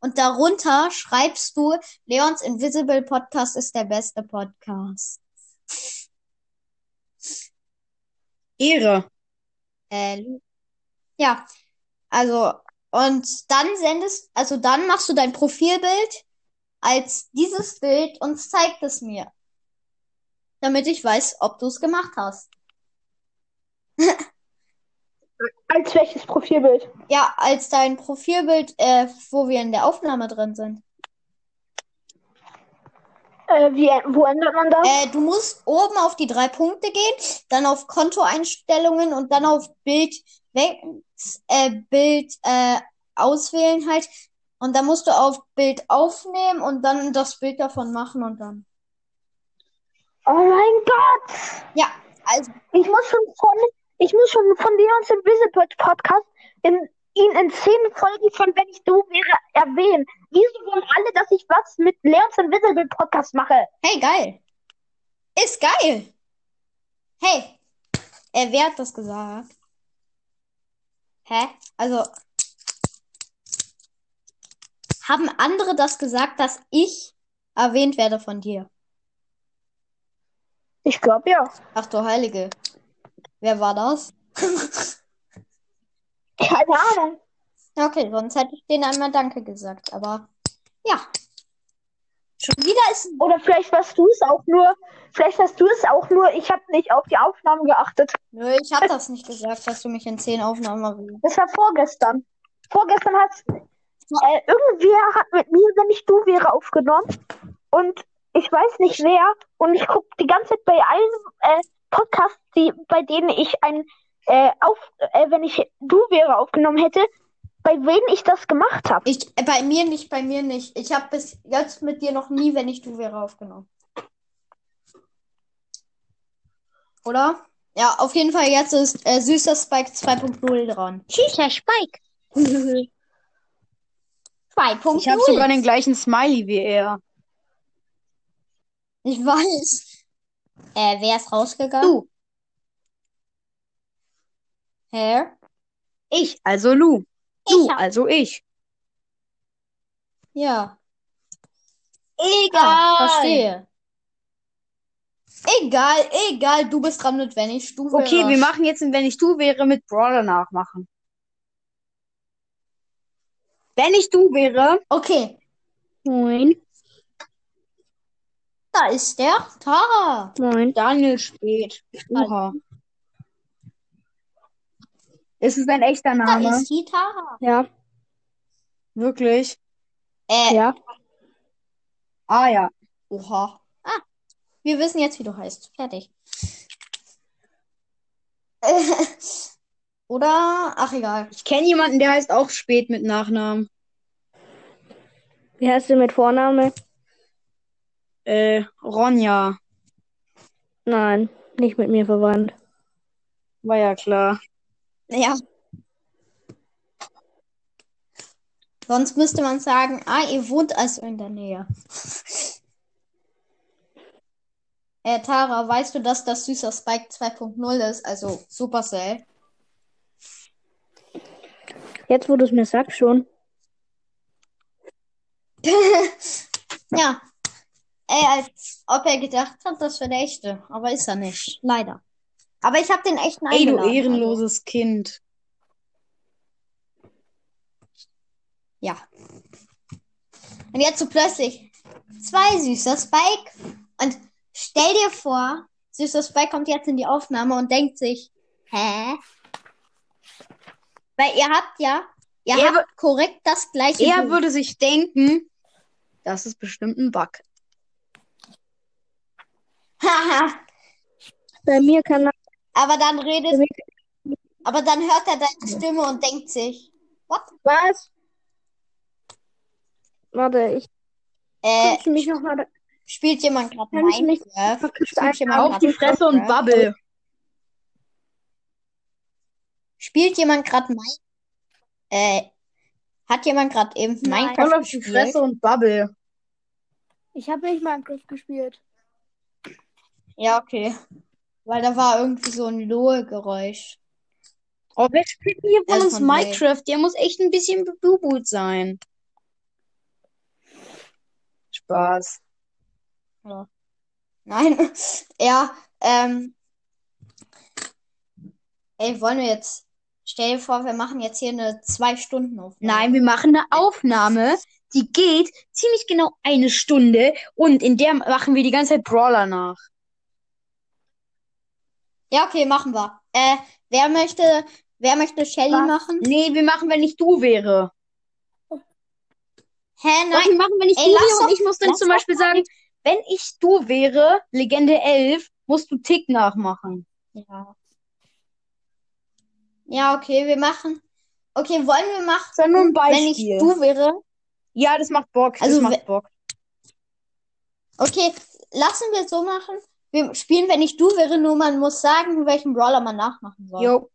Speaker 1: und darunter schreibst du, Leons Invisible Podcast ist der beste Podcast.
Speaker 3: Ehre.
Speaker 1: Äh, ja, also und dann sendest, also dann machst du dein Profilbild als dieses Bild und zeigst es mir, damit ich weiß, ob du es gemacht hast.
Speaker 2: Als welches Profilbild?
Speaker 1: Ja, als dein Profilbild, äh, wo wir in der Aufnahme drin sind.
Speaker 2: Äh, wie, wo ändert man das?
Speaker 1: Äh, du musst oben auf die drei Punkte gehen, dann auf Kontoeinstellungen und dann auf Bild, rechts, äh, Bild äh, auswählen halt. Und dann musst du auf Bild aufnehmen und dann das Bild davon machen und dann.
Speaker 2: Oh mein Gott!
Speaker 1: Ja, also
Speaker 2: Ich muss schon von, ich muss schon von Leons Invisible Podcast in, ihn in zehn Folgen von Wenn ich du wäre erwähnen. Wieso wollen alle, dass ich was mit Leons Invisible Podcast mache?
Speaker 1: hey, geil. Ist geil. Hey, äh, wer hat das gesagt? Hä? Also, haben andere das gesagt, dass ich erwähnt werde von dir?
Speaker 2: Ich glaube ja.
Speaker 1: Ach du Heilige. Wer war das?
Speaker 2: Keine Ahnung.
Speaker 1: Ja, Okay, sonst hätte ich denen einmal Danke gesagt, aber ja. Schon wieder ist
Speaker 2: Oder vielleicht warst du es auch nur. Vielleicht hast du es auch nur. Ich habe nicht auf die Aufnahmen geachtet.
Speaker 1: Nö, ich habe das nicht gesagt, dass du mich in zehn Aufnahmen erwähnt.
Speaker 2: Das war vorgestern. Vorgestern hat äh, irgendwer hat mit mir, wenn ich du wäre, aufgenommen. Und ich weiß nicht wer. Und ich gucke die ganze Zeit bei allen äh, Podcasts, die, bei denen ich ein äh, auf, äh, wenn ich du wäre aufgenommen hätte, bei wem ich das gemacht habe.
Speaker 1: Ich, äh, bei mir nicht, bei mir nicht. Ich habe bis jetzt mit dir noch nie, wenn ich du wäre, aufgenommen. Oder? Ja, auf jeden Fall jetzt ist äh, süßer Spike 2.0 dran.
Speaker 3: Süßer Spike.
Speaker 1: 2.0.
Speaker 3: Ich habe sogar den gleichen Smiley wie er.
Speaker 1: Ich weiß. Äh, wer ist rausgegangen?
Speaker 3: Du.
Speaker 1: Hä?
Speaker 3: Ich, also Lu. Du, also ich.
Speaker 1: Ja.
Speaker 3: Egal.
Speaker 1: Ja, verstehe. Egal, egal, du bist dran mit wenn ich Stufe.
Speaker 3: Okay,
Speaker 1: rasch.
Speaker 3: wir machen jetzt ein Wenn ich du wäre mit Brawler nachmachen. Wenn ich du wäre.
Speaker 1: Okay,
Speaker 3: Moin,
Speaker 1: da ist der Tara.
Speaker 3: moin. Daniel Spät. Uha. Ist es ein echter
Speaker 1: Da
Speaker 3: Name?
Speaker 1: ist die Tara.
Speaker 3: Ja. Wirklich?
Speaker 1: Äh,
Speaker 3: Ja. Ah ja.
Speaker 1: oha. Ah, wir wissen jetzt, wie du heißt. Fertig. [laughs] Äh, Oder, ach egal.
Speaker 3: Ich kenne jemanden, der heißt auch Spät mit Nachnamen.
Speaker 4: Wie heißt du mit Vorname?
Speaker 3: Äh, Ronja.
Speaker 4: Nein, nicht mit mir verwandt.
Speaker 3: War ja klar.
Speaker 1: Ja. Sonst müsste man sagen, ah, ihr wohnt also in der Nähe. [laughs] Äh, Tara, weißt du, dass das süßer Spike 2.0 ist, also Supercell?
Speaker 4: Jetzt, wo du es mir sagst, schon.
Speaker 1: [laughs] Ja. Ey, als ob er gedacht hat, das wäre der echte. Aber ist er nicht. Leider. Aber ich habe den echten
Speaker 3: Ey, du
Speaker 1: eingeladen.
Speaker 3: ehrenloses Kind.
Speaker 1: Ja. Und jetzt so plötzlich zwei süßer Spike. Und stell dir vor, süßer Spike kommt jetzt in die Aufnahme und denkt sich, hä? Weil ihr habt ja, ihr
Speaker 3: Er
Speaker 1: habt korrekt das gleiche.
Speaker 3: Er
Speaker 1: Buch.
Speaker 3: würde sich denken, das ist bestimmt ein Bug.
Speaker 1: Haha.
Speaker 4: Bei mir kann
Speaker 1: [laughs] aber dann redet, aber dann hört er deine Stimme und denkt sich,
Speaker 4: Was? Warte, ich
Speaker 1: Äh,
Speaker 4: kannst du mich noch mal.
Speaker 1: spielt jemand gerade
Speaker 4: Kannst du mich
Speaker 1: Minecraft? Spielt jemand
Speaker 3: Auf
Speaker 1: gerade
Speaker 3: die Fresse und
Speaker 1: Minecraft?
Speaker 3: Bubble.
Speaker 1: Spielt jemand gerade Minecraft? Äh, hat jemand gerade eben
Speaker 4: Nein.
Speaker 1: Minecraft
Speaker 3: Komm auf die
Speaker 1: gespielt?
Speaker 3: Fresse und Bubble.
Speaker 4: Ich habe nicht Minecraft gespielt.
Speaker 1: Ja, okay. Weil da war irgendwie so ein Lohe-Geräusch.
Speaker 3: Oh, wer spielt denn hier von
Speaker 1: Also
Speaker 3: uns
Speaker 1: von Welt.
Speaker 3: Minecraft? Der muss echt ein bisschen bebubut sein. Spaß.
Speaker 1: Nein. [laughs] Ja, ähm. Ey, wollen wir jetzt. Stell dir vor, wir machen jetzt hier eine zwei Stunden auf.
Speaker 3: Nein, wir machen eine Aufnahme, die geht ziemlich genau eine Stunde und in der machen wir die ganze Zeit Brawler nach.
Speaker 1: Ja, okay, machen wir. Äh, wer möchte, wer möchte Shelly
Speaker 4: Was?
Speaker 1: machen?
Speaker 3: Nee, wir machen, wenn ich du wäre.
Speaker 1: Hä,
Speaker 3: Was
Speaker 1: nein.
Speaker 3: wir machen, wenn ich
Speaker 1: Ey,
Speaker 3: du
Speaker 1: lass
Speaker 3: wäre und
Speaker 1: doch-
Speaker 3: ich muss dann
Speaker 1: lass
Speaker 3: zum
Speaker 1: doch
Speaker 3: Beispiel sagen, wenn ich du wäre, Legende 11, musst du Tick nachmachen.
Speaker 1: Ja. Ja, okay, wir machen. Okay, wollen wir machen,
Speaker 3: Das war nur ein
Speaker 1: Hm, wenn ich
Speaker 3: Beispiel.
Speaker 1: du wäre?
Speaker 3: Ja, das macht Bock.
Speaker 1: Also,
Speaker 3: das macht Bock.
Speaker 1: Okay, lassen wir es so machen. Wir spielen, wenn ich du wäre, nur man muss sagen, welchen Brawler man nachmachen soll.
Speaker 3: Jo.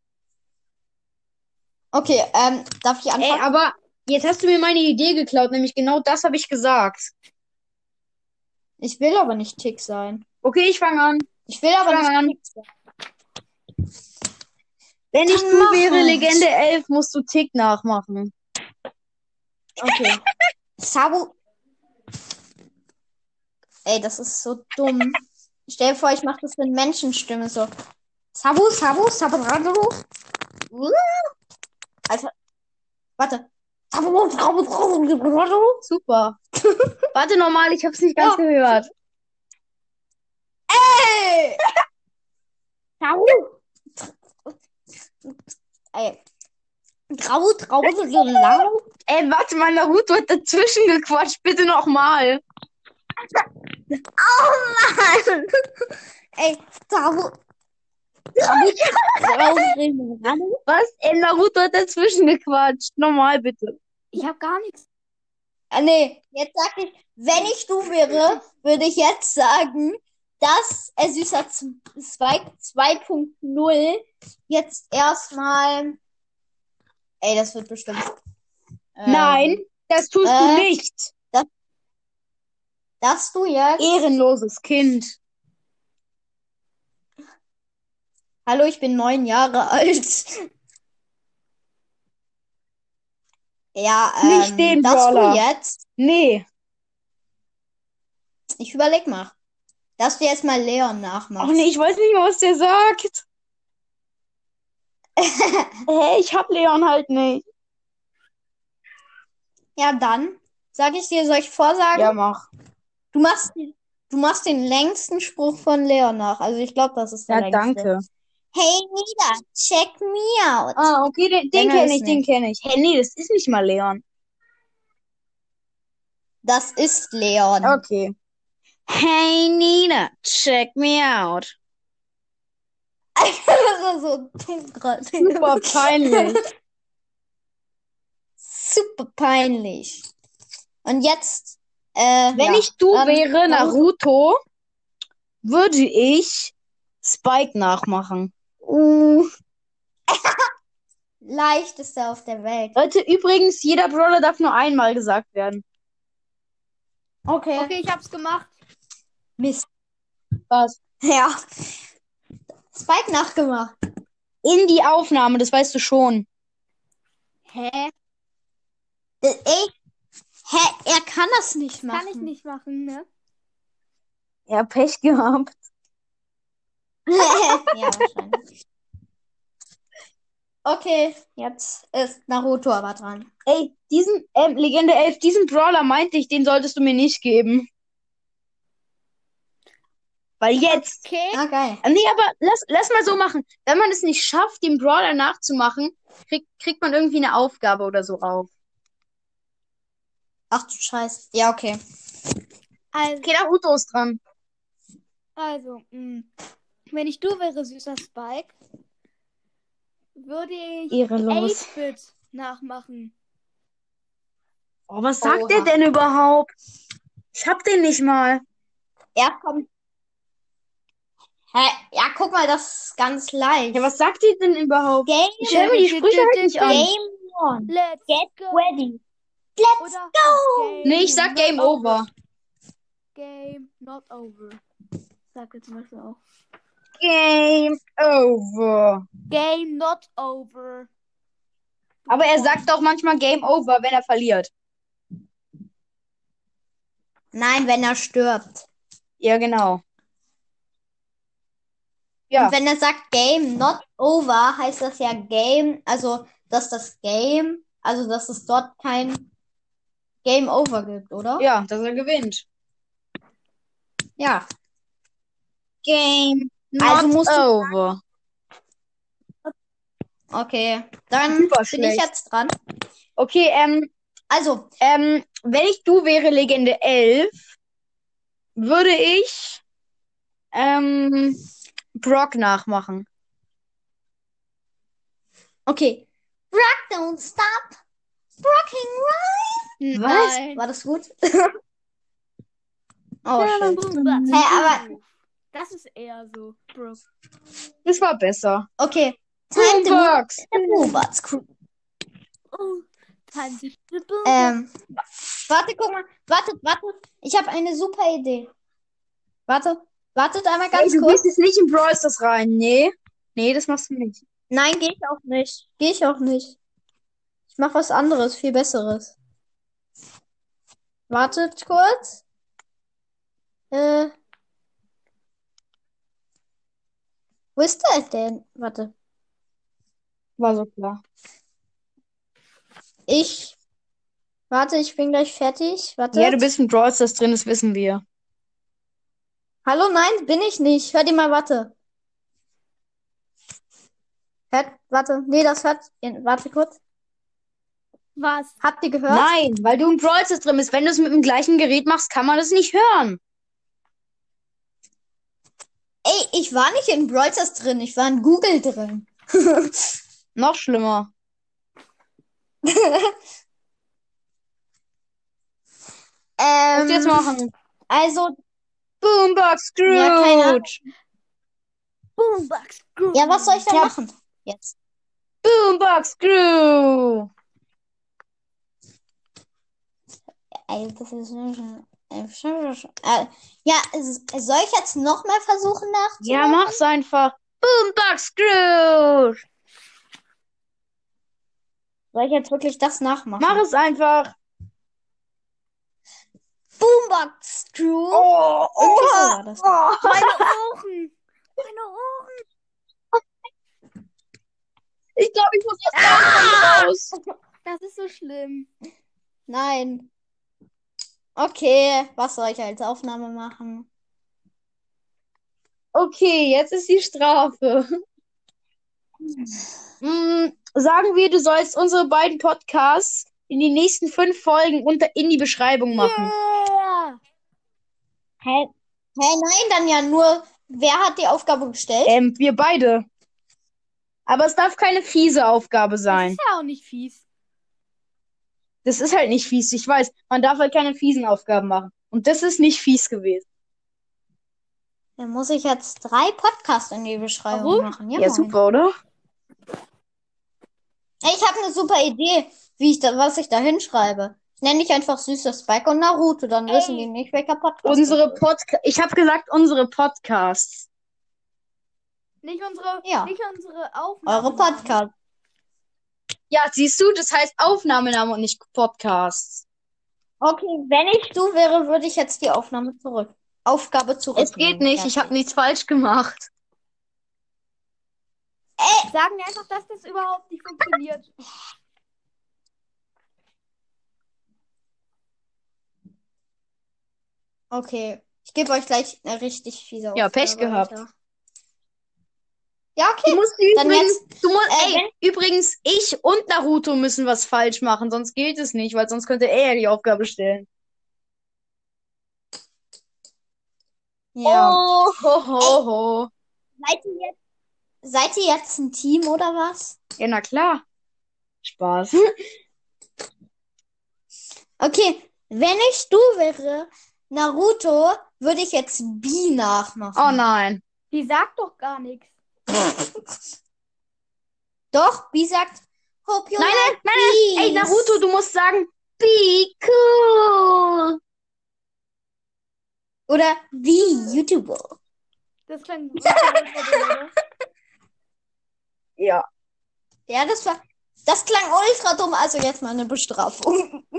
Speaker 1: Okay, ähm, darf ich
Speaker 3: Ey, ah.
Speaker 1: anfangen?
Speaker 3: aber jetzt hast du mir meine Idee geklaut, nämlich genau das habe ich gesagt.
Speaker 1: ich will aber nicht Tick sein.
Speaker 3: Okay, ich fange an.
Speaker 1: Ich will aber
Speaker 3: Fang
Speaker 1: nicht Tick
Speaker 3: an.
Speaker 1: sein.
Speaker 3: Wenn ich
Speaker 1: Dann
Speaker 3: du
Speaker 1: mach
Speaker 3: wäre,
Speaker 1: es.
Speaker 3: Legende 11, musst du Tick nachmachen.
Speaker 1: Okay.
Speaker 3: [laughs]
Speaker 1: Sabu. Ey, das ist so dumm. Stell dir vor, ich mache das mit Menschenstimme so. Sabu, Sabu, Sabrado. Uh. Alter. Warte. Sabu, Sabu, Sabu, Sabrado.
Speaker 3: Super. [laughs] Warte nochmal, ich hab's nicht ganz
Speaker 1: Ja.
Speaker 3: gehört.
Speaker 1: Ey! [laughs] Sabu. Ey. Äh, Grau, grau, so lau.
Speaker 3: Ey, warte mal, Naruto hat dazwischen gequatscht. Bitte nochmal.
Speaker 1: Mann. [laughs] Ey, Sabu. Sabu, grau, grau.
Speaker 3: Was? Ey, Naruto hat dazwischen gequatscht. Nochmal bitte.
Speaker 4: Ich habe gar nichts.
Speaker 1: Ah, nee, jetzt sag ich, wenn ich du wäre, würde ich jetzt sagen, dass er süßer Z- Zweig 2.0 jetzt erstmal. Ey, das wird bestimmt. Ähm,
Speaker 3: Nein, das tust
Speaker 1: äh,
Speaker 3: du nicht.
Speaker 1: Dass du jetzt.
Speaker 3: Ehrenloses Kind.
Speaker 1: Hallo, ich bin neun Jahre [laughs] alt. Ja, ähm,
Speaker 3: Nicht den
Speaker 1: dass du
Speaker 3: Brawler.
Speaker 1: jetzt.
Speaker 3: Nee.
Speaker 1: Ich überleg mal. Dass du jetzt mal Leon
Speaker 3: Ach
Speaker 1: nachmachst.
Speaker 3: nee, ich weiß nicht mehr, was der [laughs] sagt. Hey, ich hab Leon halt nicht.
Speaker 1: Ja, dann. Sag ich dir, soll ich vorsagen?
Speaker 3: Ja, mach.
Speaker 1: Du machst, du machst den längsten Spruch von Leon nach. Also ich glaube, das ist der
Speaker 3: Ja,
Speaker 1: längste.
Speaker 3: danke.
Speaker 1: Hey Nida, check me out.
Speaker 3: Ah, okay, den, den
Speaker 1: Länger
Speaker 3: kenne
Speaker 1: ist
Speaker 3: ich, den
Speaker 1: nicht.
Speaker 3: kenne ich. Hey, nee, das ist nicht mal Leon.
Speaker 1: Das ist Leon.
Speaker 3: Okay. Hm. Hey, Nina, check me out.
Speaker 1: [laughs] das war so dumm gerade.
Speaker 3: [laughs] Super peinlich.
Speaker 1: [laughs] Super peinlich. Und jetzt, äh,
Speaker 3: Wenn
Speaker 1: ja.
Speaker 3: ich du
Speaker 1: Ähm,
Speaker 3: wäre,
Speaker 1: Naruto.
Speaker 3: Naruto, würde ich Spike nachmachen.
Speaker 1: Uh. Leichteste auf der Welt.
Speaker 3: Leute, übrigens, jeder Brawler darf nur einmal gesagt werden.
Speaker 1: Okay.
Speaker 4: Okay, ich hab's gemacht.
Speaker 1: Mist.
Speaker 3: Was?
Speaker 1: [laughs] Ja. Spike nachgemacht.
Speaker 3: In die Aufnahme, das weißt du schon.
Speaker 4: Hä?
Speaker 1: Das- Ey. Hä? Er kann das nicht machen.
Speaker 4: Kann ich nicht machen, ne?
Speaker 3: Ja, Pech gehabt.
Speaker 1: [laughs] ja, wahrscheinlich. Okay, jetzt ist Naruto aber dran.
Speaker 3: Ey, diesen, ähm, Legende 11, diesen Brawler meinte ich, den solltest du mir nicht geben. Weil jetzt
Speaker 4: Okay.
Speaker 1: Ah, geil.
Speaker 3: Ah, Nee, aber lass, lass mal so machen. Wenn man es nicht schafft, den Brawler nachzumachen, krieg, kriegt man irgendwie eine Aufgabe oder so auf.
Speaker 1: Ach du Scheiße. Ja, okay.
Speaker 4: Also,
Speaker 3: Okay, Naruto ist dran.
Speaker 4: also mh. wenn ich du wäre, süßer Spike, würde ich 8-Bit nachmachen.
Speaker 3: Oh, was sagt
Speaker 1: Oha.
Speaker 3: der denn überhaupt? Ich hab den nicht mal.
Speaker 1: Er kommt. Hä? Ja, guck mal, das ist ganz leicht.
Speaker 3: Ja, was sagt ihr denn überhaupt?
Speaker 1: Game,
Speaker 3: Ich höre mir die Sprüche halt nicht an.
Speaker 1: Game One.
Speaker 4: Let's
Speaker 1: Get
Speaker 4: go.
Speaker 1: ready.
Speaker 4: Oder Game
Speaker 3: Nee, ich sag
Speaker 4: not
Speaker 3: Game Over.
Speaker 4: Game not over. Sag jetzt zum Beispiel auch.
Speaker 3: Game Over.
Speaker 4: Game not over.
Speaker 3: Aber er sagt auch manchmal Game Over, wenn er verliert.
Speaker 1: Nein, wenn er stirbt.
Speaker 3: Ja, genau. Ja.
Speaker 1: Und wenn er sagt Game not over, heißt das ja Game, also dass das Game, also dass es dort kein Game over gibt, oder?
Speaker 3: Ja, dass er gewinnt.
Speaker 1: Ja.
Speaker 3: Game
Speaker 1: Also
Speaker 3: not
Speaker 1: musst du
Speaker 3: over.
Speaker 1: Okay. Dann
Speaker 3: Super
Speaker 1: bin ich
Speaker 3: schlecht.
Speaker 1: jetzt dran.
Speaker 3: Okay, ähm,
Speaker 1: Also,
Speaker 3: Ähm, wenn ich du wäre Legende 11, würde ich ähm, Brock nachmachen.
Speaker 1: okay. Rock don't stop. Rocking
Speaker 3: Was?
Speaker 1: rock.
Speaker 4: Nein.
Speaker 1: War das gut? [laughs] oh, shit.
Speaker 4: Hey,
Speaker 1: aber-
Speaker 4: Das ist eher so, Bro.
Speaker 3: Das war besser.
Speaker 1: Okay. Time to move
Speaker 3: Boombox.
Speaker 1: the Boombox Crew.
Speaker 4: Oh, Tanz.
Speaker 1: Ähm, warte, guck mal. Wartet, wartet. Ich habe eine super Idee. Warte, wartet einmal
Speaker 3: Hey,
Speaker 1: ganz
Speaker 3: du
Speaker 1: kurz.
Speaker 3: gehst jetzt nicht in Brawl Stars rein. Nee. Nee, das machst du nicht.
Speaker 1: Nein, gehe ich auch nicht. Gehe ich auch nicht. Ich mache was anderes, viel besseres. Wartet kurz. Äh. Wo ist der denn? Warte.
Speaker 3: War so klar.
Speaker 1: Ich. Warte, ich bin gleich fertig. Warte.
Speaker 3: Ja, du bist in Brawl Stars drin, das wissen wir.
Speaker 1: Hallo, nein, bin ich nicht. Hört ihr mal, warte. Hört, warte. Nee, das hört. ihr- Warte kurz.
Speaker 4: Was?
Speaker 1: Habt ihr gehört?
Speaker 3: Nein, weil du in Brawl Stars drin bist. Wenn du es mit dem gleichen Gerät machst, kann man das nicht hören.
Speaker 1: Ey, ich war nicht in Brawl Stars drin, ich war in Google drin. [laughs]
Speaker 3: Noch schlimmer.
Speaker 1: Ähm,
Speaker 3: Musst du jetzt machen.
Speaker 1: also,
Speaker 3: Boombox Scrooge.
Speaker 1: Ja, keine Ahnung.
Speaker 4: Boombox Group.
Speaker 1: ja, was soll ich denn
Speaker 3: Ja.
Speaker 1: machen? Jetzt.
Speaker 3: Boombox Scrooge.
Speaker 1: Ey, das ist äh, ja, s- soll ich jetzt nochmal versuchen
Speaker 3: Ja,
Speaker 1: nachzumachen?
Speaker 3: mach's einfach. Boombox Scrooge.
Speaker 1: Soll ich jetzt wirklich das nachmachen?
Speaker 3: Mach es einfach.
Speaker 1: Boombox Crew.
Speaker 3: Oh,
Speaker 1: Irgendwie so war das.
Speaker 4: Meine Ohren. Meine Ohren.
Speaker 3: Ich glaube, ich muss jetzt ah! raus.
Speaker 4: Das ist so schlimm.
Speaker 1: Nein. Okay, was soll ich als Aufnahme machen?
Speaker 3: Okay, jetzt ist die Strafe. Mm, sagen wir, du sollst unsere beiden Podcasts in die nächsten fünf Folgen unter in die Beschreibung machen.
Speaker 4: Yeah.
Speaker 1: Hä? Hä, nein, dann ja nur, wer hat die Aufgabe gestellt?
Speaker 3: Ähm, wir beide. Aber es darf keine fiese Aufgabe
Speaker 4: Das
Speaker 3: sein.
Speaker 4: ist ja auch nicht fies.
Speaker 3: Das ist halt nicht fies, ich weiß. Man darf halt keine fiesen Aufgaben machen. Und das ist nicht fies gewesen.
Speaker 1: Dann muss ich jetzt drei Podcasts in die Beschreibung
Speaker 4: Warum?
Speaker 1: machen. Ja,
Speaker 3: ja
Speaker 1: moin.
Speaker 3: super, oder?
Speaker 1: Ey, Ich habe eine super Idee, wie ich da, was ich da hinschreibe. Ich nenne dich einfach süßer Spike und Naruto, dann
Speaker 4: Ey.
Speaker 1: wissen die nicht, welcher Podcast. das
Speaker 3: Unsere
Speaker 1: ist.
Speaker 3: Podcast. Ich habe gesagt, unsere Podcasts.
Speaker 4: Nicht unsere,
Speaker 1: Ja.
Speaker 4: nicht unsere Aufnahmen.
Speaker 1: Eure Podcast.
Speaker 3: Ja, siehst du, das heißt Aufnahmename und nicht Podcasts.
Speaker 1: Okay, wenn ich du wäre, würde ich jetzt die Aufnahme zurück. Aufgabe zurück.
Speaker 3: Es geht nicht, ich habe nichts falsch gemacht.
Speaker 4: Sagen wir einfach, dass das überhaupt nicht funktioniert.
Speaker 1: Okay, ich gebe euch gleich eine richtig fiese
Speaker 3: Ja,
Speaker 1: Aufgabe,
Speaker 3: Pech gehabt.
Speaker 1: Alter. Ja,
Speaker 3: Du
Speaker 1: okay.
Speaker 3: musst
Speaker 1: Dann
Speaker 3: übrigens, du musst,
Speaker 1: äh,
Speaker 3: ey, übrigens, ich und Naruto müssen was falsch machen, sonst geht es nicht, weil sonst könnte er ja die Aufgabe stellen.
Speaker 1: Ja.
Speaker 3: Oh, ho, ho, ho.
Speaker 1: Seid ihr jetzt, seid ihr jetzt ein Team oder was?
Speaker 3: Hm? Ja, na klar. Spaß.
Speaker 1: Okay, wenn ich du wäre, Naruto, würde ich jetzt Bi nachmachen.
Speaker 3: Oh nein.
Speaker 4: Die sagt doch gar nichts.
Speaker 1: Doch, Bi sagt, hope you
Speaker 3: Nein,
Speaker 1: like
Speaker 3: nein, nein.
Speaker 1: peace.
Speaker 3: Ey, Naruto, du musst sagen, be cool.
Speaker 1: Oder wie YouTuber.
Speaker 4: Das klang. das klang ultra dumm, oder?
Speaker 2: Ja.
Speaker 1: Ja, das war, das klang ultra dumm, also jetzt mal eine Bestrafung. [laughs]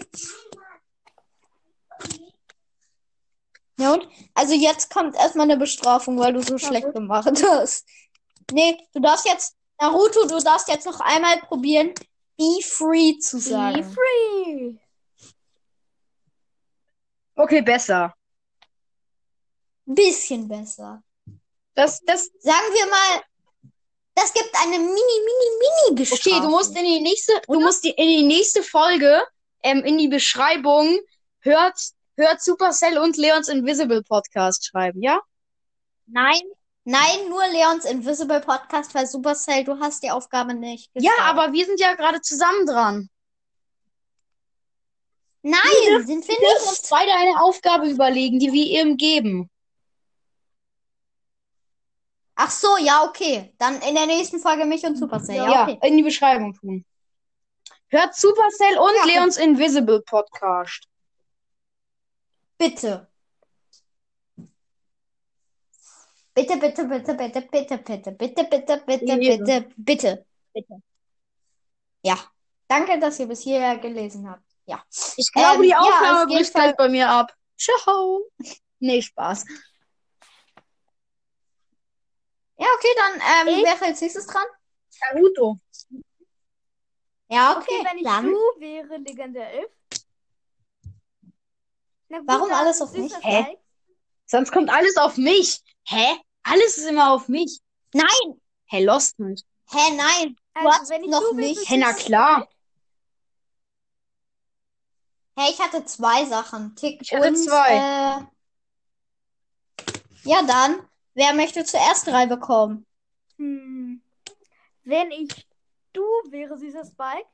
Speaker 1: Ja und? Also jetzt kommt erstmal eine Bestrafung, weil du so schlecht gemacht hast. Nee, du darfst jetzt, Naruto, du darfst jetzt noch einmal probieren, be free zu [laughs]
Speaker 4: Be
Speaker 1: sagen.
Speaker 4: free.
Speaker 3: Okay, besser.
Speaker 1: Bisschen besser.
Speaker 3: Das, das.
Speaker 1: Sagen wir mal, das gibt eine mini, mini, mini Geschichte.
Speaker 3: Okay, du musst in die nächste, du musst die, in die nächste Folge, ähm, in die Beschreibung, hört, hört Supercell und Leons Invisible Podcast schreiben, ja?
Speaker 1: Nein. Nein, nur Leons Invisible Podcast, weil Supercell, du hast die Aufgabe nicht.
Speaker 3: Ja,
Speaker 1: geschafft.
Speaker 3: aber wir sind ja gerade zusammen dran.
Speaker 1: Nein, sind wir
Speaker 3: Wir dürfen uns
Speaker 1: nicht.
Speaker 3: beide eine Aufgabe überlegen, die wir ihm geben.
Speaker 1: Ach so, ja, okay. Dann in der nächsten Folge mich und Supercell. Ja,
Speaker 3: Ja,
Speaker 1: okay.
Speaker 3: in die Beschreibung tun. Hört Supercell und
Speaker 1: Ja.
Speaker 3: Leons Invisible Podcast.
Speaker 1: Bitte. Bitte, bitte, bitte, bitte, bitte, bitte, bitte, bitte, bitte,
Speaker 3: Lesen.
Speaker 1: bitte, bitte. Bitte. Ja. Danke, dass ihr bis hierher gelesen habt. Ja.
Speaker 3: Ich glaube, Äh, die
Speaker 1: ja, halt auf
Speaker 3: Aufnahme
Speaker 1: jeden
Speaker 3: bricht gleich bei mir ab. Ciao. Nee, Spaß.
Speaker 1: Ja, okay, dann ähm,
Speaker 4: Ich?
Speaker 1: wäre als nächstes dran.
Speaker 3: Naruto.
Speaker 1: Ja, okay.
Speaker 4: Okay, wenn ich
Speaker 1: dann.
Speaker 4: du wäre, Legende 11. Na gut,
Speaker 1: Warum
Speaker 4: dann
Speaker 1: alles auf mich?
Speaker 4: süßer
Speaker 3: Hä?
Speaker 4: Teig.
Speaker 3: Sonst kommt alles auf mich. Hä? Alles ist immer auf mich.
Speaker 1: Nein!
Speaker 3: Hä, Lost nicht.
Speaker 1: Hä, neä
Speaker 4: Also,
Speaker 1: hast
Speaker 4: wenn ich
Speaker 1: noch
Speaker 4: du wäre,
Speaker 1: nicht.
Speaker 4: süßes
Speaker 3: Hä, na klar.
Speaker 1: Hey, ich hatte zwei Sachen. Tick
Speaker 3: Ich hatte
Speaker 1: und,
Speaker 3: zwei.
Speaker 1: Äh, ja, dann. Wer möchte zuerst drei bekommen?
Speaker 4: Hm. Wenn ich du wäre, süßer Spike,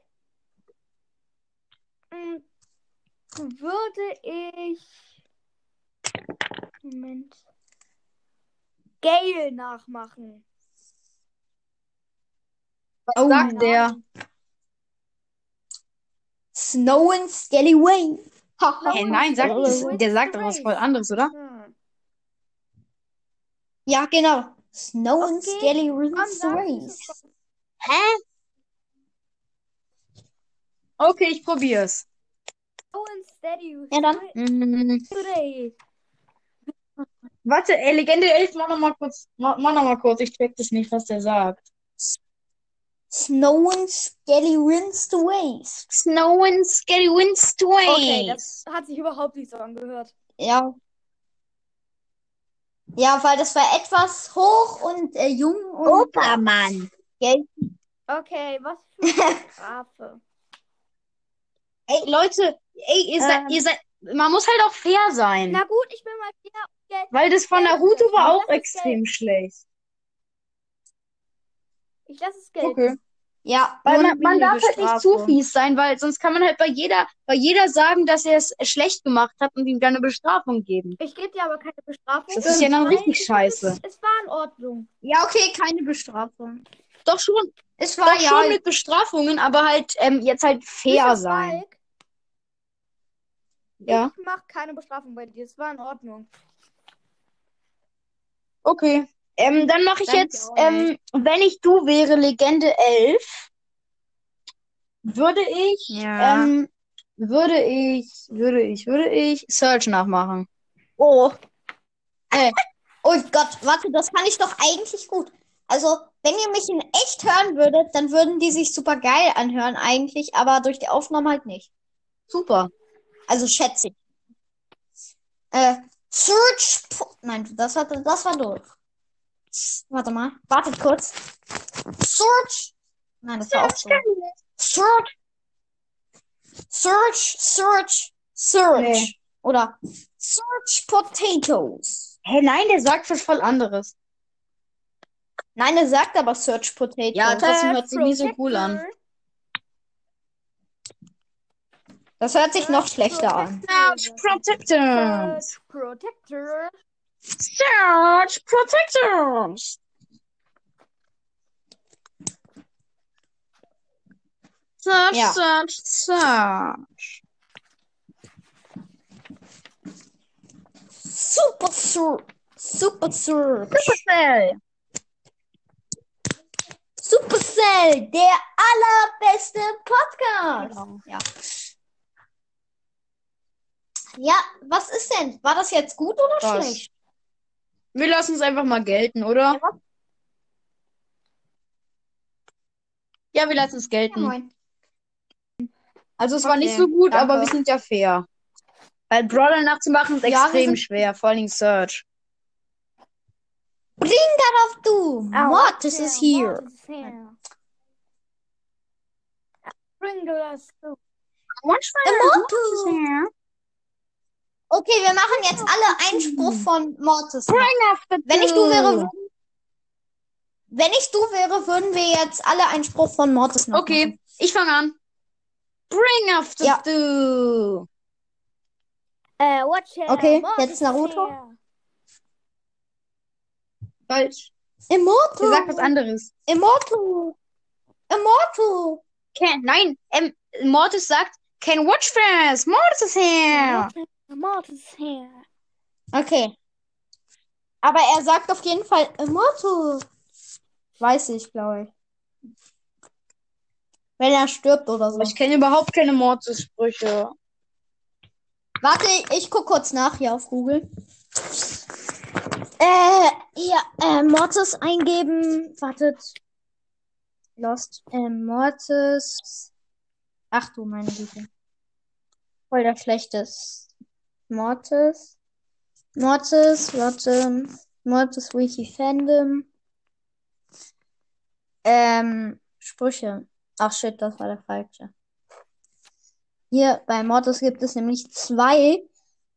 Speaker 4: hm, würde ich. Moment. Gale nachmachen.
Speaker 3: Was
Speaker 1: Oh,
Speaker 3: sagt der?
Speaker 1: Snow and Skelly Wayne.
Speaker 4: Snow
Speaker 3: Hä,
Speaker 4: and
Speaker 3: nein, sagt,
Speaker 4: Skelly Wayne
Speaker 3: der sagt doch was
Speaker 4: Race.
Speaker 3: voll anderes, oder?
Speaker 4: Hm.
Speaker 1: Ja, genau. Snow and
Speaker 4: Okay,
Speaker 1: Skelly
Speaker 4: Komm,
Speaker 1: Wins the
Speaker 4: sag
Speaker 1: Race.
Speaker 4: süßes Spike.
Speaker 3: Okay, ich probier's.
Speaker 4: Slow and steady.
Speaker 1: Ja, dann.
Speaker 3: Mhm.
Speaker 4: Today.
Speaker 3: Warte, ey, Legende 11, mach nochmal kurz. Mach, mach nochmal kurz, ich check das nicht, was der sagt.
Speaker 1: Snow and Skelly Wins the Race.
Speaker 3: Snow and Scary Winds Twain.
Speaker 4: Okay, das hat sich überhaupt nicht so angehört.
Speaker 1: Ja. Ja, weil das war etwas hoch und äh, jung und.
Speaker 3: Obermann.
Speaker 4: Okay, was
Speaker 1: [laughs]
Speaker 4: für eine Strafe.
Speaker 3: Ey, Leute, ey, ihr seid,
Speaker 4: Ähm.
Speaker 3: ihr seid, man muss halt auch fair sein.
Speaker 4: Na gut, ich bin mal wieder.
Speaker 3: weil das von
Speaker 4: das ist
Speaker 3: Naruto
Speaker 4: jetzt-
Speaker 3: war
Speaker 4: das
Speaker 3: auch
Speaker 4: ist jetzt-
Speaker 3: extrem schlecht.
Speaker 4: Ich lasse es gelten.
Speaker 3: Okay.
Speaker 1: Ja,
Speaker 3: Weil
Speaker 1: nur
Speaker 3: man, man darf halt nicht zu
Speaker 1: Bestrafung.
Speaker 3: fies sein, weil sonst kann man halt bei jeder, bei jeder sagen, dass er es schlecht gemacht hat und ihm dann eine Bestrafung geben.
Speaker 4: Ich gebe dir aber keine Bestrafung.
Speaker 3: Das ist ja dann
Speaker 4: weil
Speaker 3: richtig
Speaker 4: ich-
Speaker 3: scheiße.
Speaker 4: Es war in Ordnung.
Speaker 1: Ja, okay, keine Bestrafung.
Speaker 3: Doch schon,
Speaker 1: Es
Speaker 3: doch
Speaker 1: war ja.
Speaker 3: schon mit Bestrafungen, aber halt ähm, jetzt halt fair
Speaker 4: Süßer
Speaker 3: sein.
Speaker 4: Spike,
Speaker 3: Ja.
Speaker 4: Ich mache keine Bestrafung bei dir. Es war in Ordnung.
Speaker 3: Okay. Ähm, dann mache ich
Speaker 1: Danke
Speaker 3: jetzt,
Speaker 1: auch.
Speaker 3: ähm, wenn ich du wäre, Legende 11, würde ich,
Speaker 1: Ja.
Speaker 3: ähm, würde ich, würde ich, würde ich Search nachmachen.
Speaker 1: Oh. Äh, oh Gott, warte, das kann ich doch eigentlich gut. Also, wenn ihr mich in echt hören würdet, dann würden die sich super geil anhören eigentlich, aber durch die Aufnahme halt nicht.
Speaker 3: Super.
Speaker 1: Also schätze ich. Äh, Search. po- Nein, das war, das war doof. Warte mal, wartet kurz. Search. Nein, das war auch so. Search. Search, search, search.
Speaker 3: Nee.
Speaker 1: Oder Search Potatoes.
Speaker 3: Hä, nein, der sagt was voll anderes.
Speaker 1: Nein, er sagt aber Search Potatoes.
Speaker 3: Ja, Trotzdem hört sich
Speaker 4: Third
Speaker 3: nie so cool an.
Speaker 4: Protector.
Speaker 1: Das hört sich noch schlechter an.
Speaker 3: Search Protectors.
Speaker 4: Search Protector.
Speaker 3: Search Protectors. Search,
Speaker 1: Ja.
Speaker 3: search, search.
Speaker 1: Super Sur. Super Sur.
Speaker 3: Supercell.
Speaker 1: Supercell, der allerbeste Podcast.
Speaker 3: Genau, Ja.
Speaker 1: Ja, was ist denn? War das jetzt gut oder
Speaker 3: Was?
Speaker 1: schlecht?
Speaker 3: Wir lassen es einfach mal gelten, oder? Ja, wir lassen es
Speaker 1: Ja,
Speaker 3: gelten.
Speaker 1: moin.
Speaker 3: Also es war nicht
Speaker 4: Okay,
Speaker 3: so gut,
Speaker 4: danke.
Speaker 3: aber wir sind ja fair. Weil Brawler nachzumachen ist
Speaker 4: Ja, wir
Speaker 3: extrem
Speaker 4: sind-
Speaker 3: schwer, vor allem Search.
Speaker 1: Auf du. Mortis is here.
Speaker 4: Mortis is here. Bring us to
Speaker 1: Immortus. Okay, wir machen jetzt
Speaker 3: Oh.
Speaker 1: alle Einspruch von Mortis. Wenn ich du wäre, würden- wenn ich du wäre, würden wir jetzt alle Einspruch von Mortis noch
Speaker 3: Okay, ich fange an. Bring after
Speaker 1: Ja.
Speaker 3: du.
Speaker 4: Äh, watch her.
Speaker 1: Okay,
Speaker 4: Mortis
Speaker 1: jetzt
Speaker 4: is
Speaker 1: Naruto.
Speaker 4: here.
Speaker 3: Falsch.
Speaker 1: machen.
Speaker 3: Sie sagt
Speaker 1: Immortus.
Speaker 3: was anderes.
Speaker 1: Immortus. Immortus.
Speaker 3: Can, nein, ähm, Mortis sagt, can watch fast. Mortis is here.
Speaker 4: Mortis- Mortis is here.
Speaker 1: Okay. Aber er sagt auf jeden Fall Immortus. Weiß ich, glaube ich. Wenn er stirbt oder so.
Speaker 3: Ich kenne überhaupt keine Mortis-Sprüche.
Speaker 1: Warte, ich guck kurz nach hier auf Google. Äh, ja, äh, Mortis eingeben. Wartet. Lost. Äh, Mortis. Ach du meine Güte. Voll der schlechtes. Mortis. Mortis, warte. Mortis Wiki Fandom. Ähm, Sprüche. Ach shit, das war der falsche. Hier bei Mortis gibt es nämlich zwei.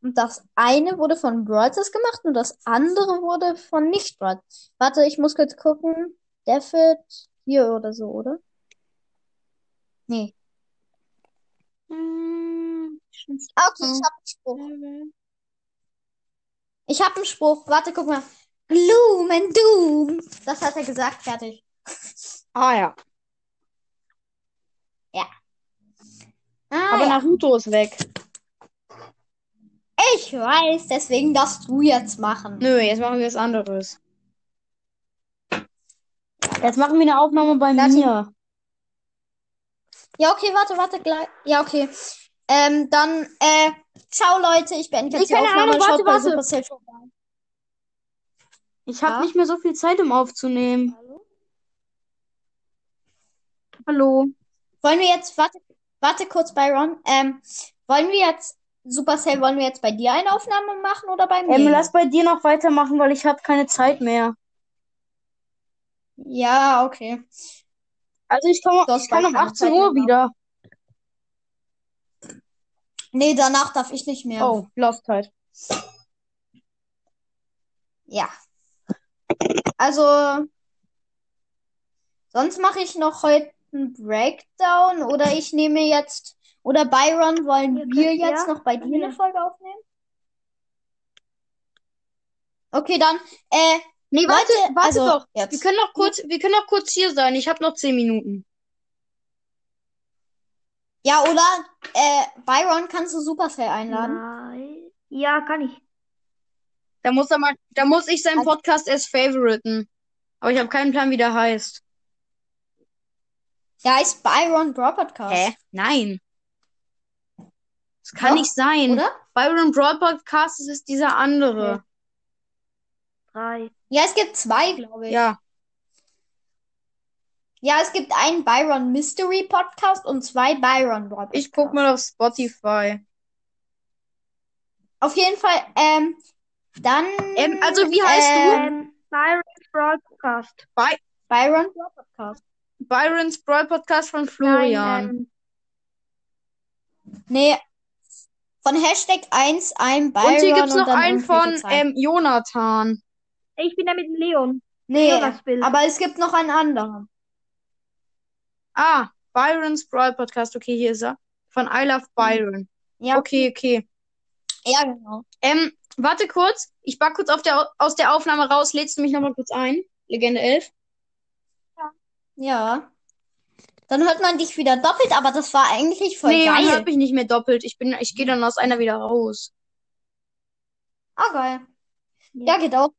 Speaker 1: Und das eine wurde von Brawlers gemacht und das andere wurde von nicht Brawlers. Warte, ich muss kurz gucken. David hier oder so, oder? Nee. Ah, Okay, ich habe einen Spruch. Ich habe einen Spruch. Warte, guck mal. Gloom and Doom. Das hat er gesagt. Fertig.
Speaker 3: Ah ja,
Speaker 1: Ah,
Speaker 3: aber
Speaker 1: ja.
Speaker 3: Naruto ist weg.
Speaker 1: Ich weiß, deswegen darfst du jetzt machen.
Speaker 3: Nö, jetzt machen wir was anderes. Jetzt machen wir eine Aufnahme bei
Speaker 1: Lass ihn-
Speaker 3: mir.
Speaker 1: Ja, okay, warte, warte, gleich. Ja, okay. Ähm, dann, äh, ciao Leute, ich beende
Speaker 3: Nee,
Speaker 1: jetzt die
Speaker 3: keine
Speaker 1: Aufnahme
Speaker 3: Ahnung,
Speaker 1: und
Speaker 3: warte,
Speaker 1: schaut bei
Speaker 3: warte.
Speaker 1: Supercell vorbei.
Speaker 3: Ich habe
Speaker 1: Ja?
Speaker 3: nicht mehr so viel Zeit, um aufzunehmen.
Speaker 4: Hallo?
Speaker 3: Hallo.
Speaker 1: Wollen wir jetzt, warte, warte kurz bei Ron, ähm, wollen wir jetzt, Supercell, wollen wir jetzt bei dir eine Aufnahme machen oder bei
Speaker 3: Ähm,
Speaker 1: mir?
Speaker 3: lass bei dir noch weitermachen, weil ich habe keine Zeit mehr.
Speaker 1: Ja, okay.
Speaker 3: Also ich komme,
Speaker 1: Du hast
Speaker 3: ich kann
Speaker 1: gar
Speaker 3: um
Speaker 1: keine
Speaker 3: 18
Speaker 1: Zeit
Speaker 3: Uhr
Speaker 1: mehr.
Speaker 3: wieder.
Speaker 1: Nee, danach darf ich nicht mehr.
Speaker 3: Oh, lost halt.
Speaker 1: Ja. Also, sonst mache ich noch heute einen Breakdown oder ich nehme jetzt, oder Byron, wollen
Speaker 4: Ihr
Speaker 1: wir
Speaker 4: könnt-
Speaker 1: jetzt
Speaker 4: ja,
Speaker 1: noch bei dir
Speaker 4: ja.
Speaker 1: eine Folge aufnehmen? Okay, dann, äh,
Speaker 3: Nee, warte,
Speaker 1: Leute,
Speaker 3: warte
Speaker 1: also
Speaker 3: doch.
Speaker 1: jetzt.
Speaker 3: Wir können noch kurz, wir können noch kurz hier sein. Ich habe noch 10 Minuten.
Speaker 1: Ja, oder äh, Byron kannst du Supercell einladen.
Speaker 4: Ah. Nein. Ja, kann ich.
Speaker 3: Da muss er mal, da muss ich seinen
Speaker 1: Also-
Speaker 3: Podcast erst favoriten. Aber ich habe keinen Plan, wie der heißt.
Speaker 1: Der heißt Byron Brawl Podcast.
Speaker 3: Nein. Das kann
Speaker 1: Doch,
Speaker 3: nicht sein.
Speaker 1: Oder?
Speaker 3: Byron Broad Podcast, das ist dieser andere.
Speaker 4: Drei.
Speaker 1: Ja, es gibt zwei, glaube ich.
Speaker 3: Ja.
Speaker 1: Ja, es gibt einen Byron Mystery Podcast und zwei Byron Brawl
Speaker 3: Ich guck mal auf Spotify.
Speaker 1: Auf jeden Fall, ähm, dann
Speaker 3: Ähm, also wie heißt du?
Speaker 4: Ähm, Byron Broadcast.
Speaker 1: Byron Brawl Podcast.
Speaker 3: Byron's Brawl Podcast von Florian.
Speaker 4: Nein, ähm,
Speaker 1: Nee, von Hashtag 1 ein Byron
Speaker 3: und hier gibt's noch
Speaker 1: dann
Speaker 3: einen von
Speaker 1: irgendwelche Zahlen.
Speaker 3: ähm, Jonathan.
Speaker 4: ich bin da mit Leon.
Speaker 1: Nee,
Speaker 4: Jonas Bild.
Speaker 1: aber es gibt noch einen anderen.
Speaker 3: Ah, Byron's Brawl Podcast. Okay, hier ist er. Von I Love Byron.
Speaker 1: Ja.
Speaker 3: Okay, okay.
Speaker 1: Ja, genau.
Speaker 3: Ähm, warte kurz. Ich war kurz auf der, Au- aus der Aufnahme raus. Lädst du mich nochmal kurz ein? Legende 11.
Speaker 1: Ja. Dann hört man dich wieder doppelt, aber das war eigentlich voll
Speaker 3: nee, man
Speaker 1: geil.
Speaker 3: hört mich nicht mehr doppelt. Ich bin, ich gehe dann aus einer wieder raus.
Speaker 1: Ah, geil. Ja, geht auch.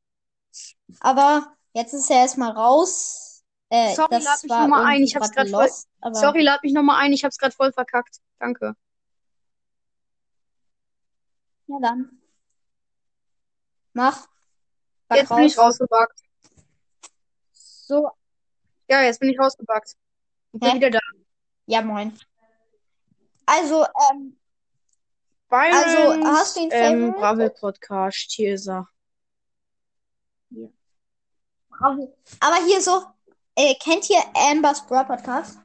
Speaker 1: Aber jetzt ist er erstmal raus. Äh,
Speaker 3: Sorry,
Speaker 1: das
Speaker 3: lad mich
Speaker 1: war
Speaker 3: noch mal ein.
Speaker 1: irgendwie
Speaker 3: Ich hab's
Speaker 1: grad
Speaker 3: grad voll-
Speaker 1: lost, aber
Speaker 3: Sorry, lad mich nochmal ein. Ich hab's gerade voll verkackt. Danke.
Speaker 1: Ja, dann. Mach. Back
Speaker 3: Jetzt bin ich
Speaker 1: raus.
Speaker 3: rausgebackt.
Speaker 1: So.
Speaker 3: Ja, jetzt bin ich rausgebackt. Und bin
Speaker 1: Hä?
Speaker 3: wieder da.
Speaker 1: Ja, moin. Also, ähm,
Speaker 3: Byron,
Speaker 1: Also, hast du ihn
Speaker 3: ähm,
Speaker 1: favorite?
Speaker 3: Bravel Podcast. Hier ist er.
Speaker 1: aber hier so, äh, kennt ihr Ambers Brawl Podcast?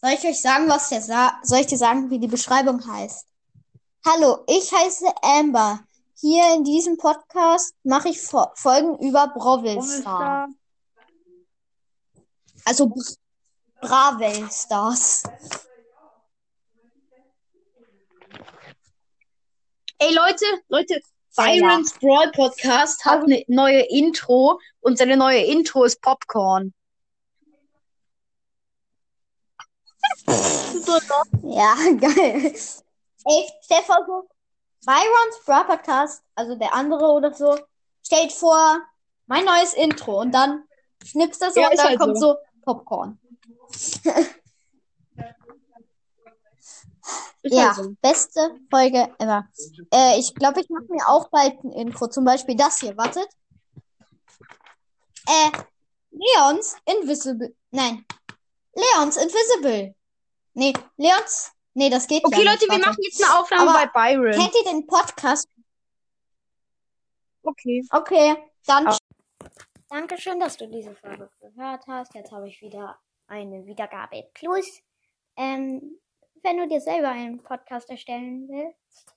Speaker 1: Soll ich euch sagen, was der sa soll ich dir sagen, wie die Beschreibung heißt? Hallo, ich heiße Amber. Hier in diesem Podcast mache ich Fo Folgen über Brawl Stars. Also Br- Bravel Stars.
Speaker 3: Ey Leute, Leute, Byrons Brawl
Speaker 1: Also
Speaker 3: Podcast hat eine neue Intro und seine neue Intro ist Popcorn.
Speaker 1: Ja, [laughs] geil. Ey, stell vor, so, Byrons Bra Podcast, also der andere oder so, stellt vor, mein neues Intro und dann schnippst das so
Speaker 3: Ja,
Speaker 1: und
Speaker 3: ist
Speaker 1: dann
Speaker 3: halt
Speaker 1: kommt so Popcorn.
Speaker 3: Ist
Speaker 1: Ja,
Speaker 3: halt so.
Speaker 1: beste Folge ever. Äh, ich glaube, ich mache mir auch bald ein Intro, zum Beispiel das hier, wartet. Äh, Leons Invisible, nein, Leons Invisible. Nee, Leons, nee, das geht
Speaker 3: Okay,
Speaker 1: ja
Speaker 3: Leute,
Speaker 1: nicht,
Speaker 3: wir
Speaker 1: warte.
Speaker 3: machen jetzt eine Aufnahme
Speaker 1: Aber
Speaker 3: bei Byron.
Speaker 1: Kennt ihr den Podcast?
Speaker 3: Okay.
Speaker 1: Okay, dann
Speaker 5: Dankeschön, dass du diese Folge gehört hast. Jetzt habe ich wieder eine Wiedergabe plus. Ähm, wenn du dir selber einen Podcast erstellen willst,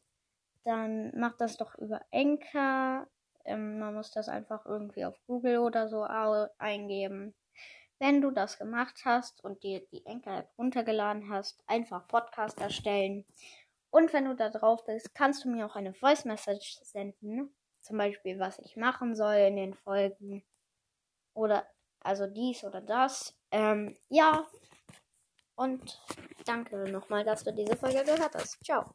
Speaker 5: dann mach das doch über Enka. Ähm, man muss das einfach irgendwie auf Google oder so au- eingeben. Wenn du das gemacht hast und dir die Enka-App runtergeladen hast, einfach Podcast erstellen. Und wenn du da drauf bist, kannst du mir auch eine Voice-Message senden zum Beispiel, was ich machen soll in den Folgen. Oder also dies oder das. Ähm, ja. Und danke nochmal, dass du diese Folge gehört hast. Ciao.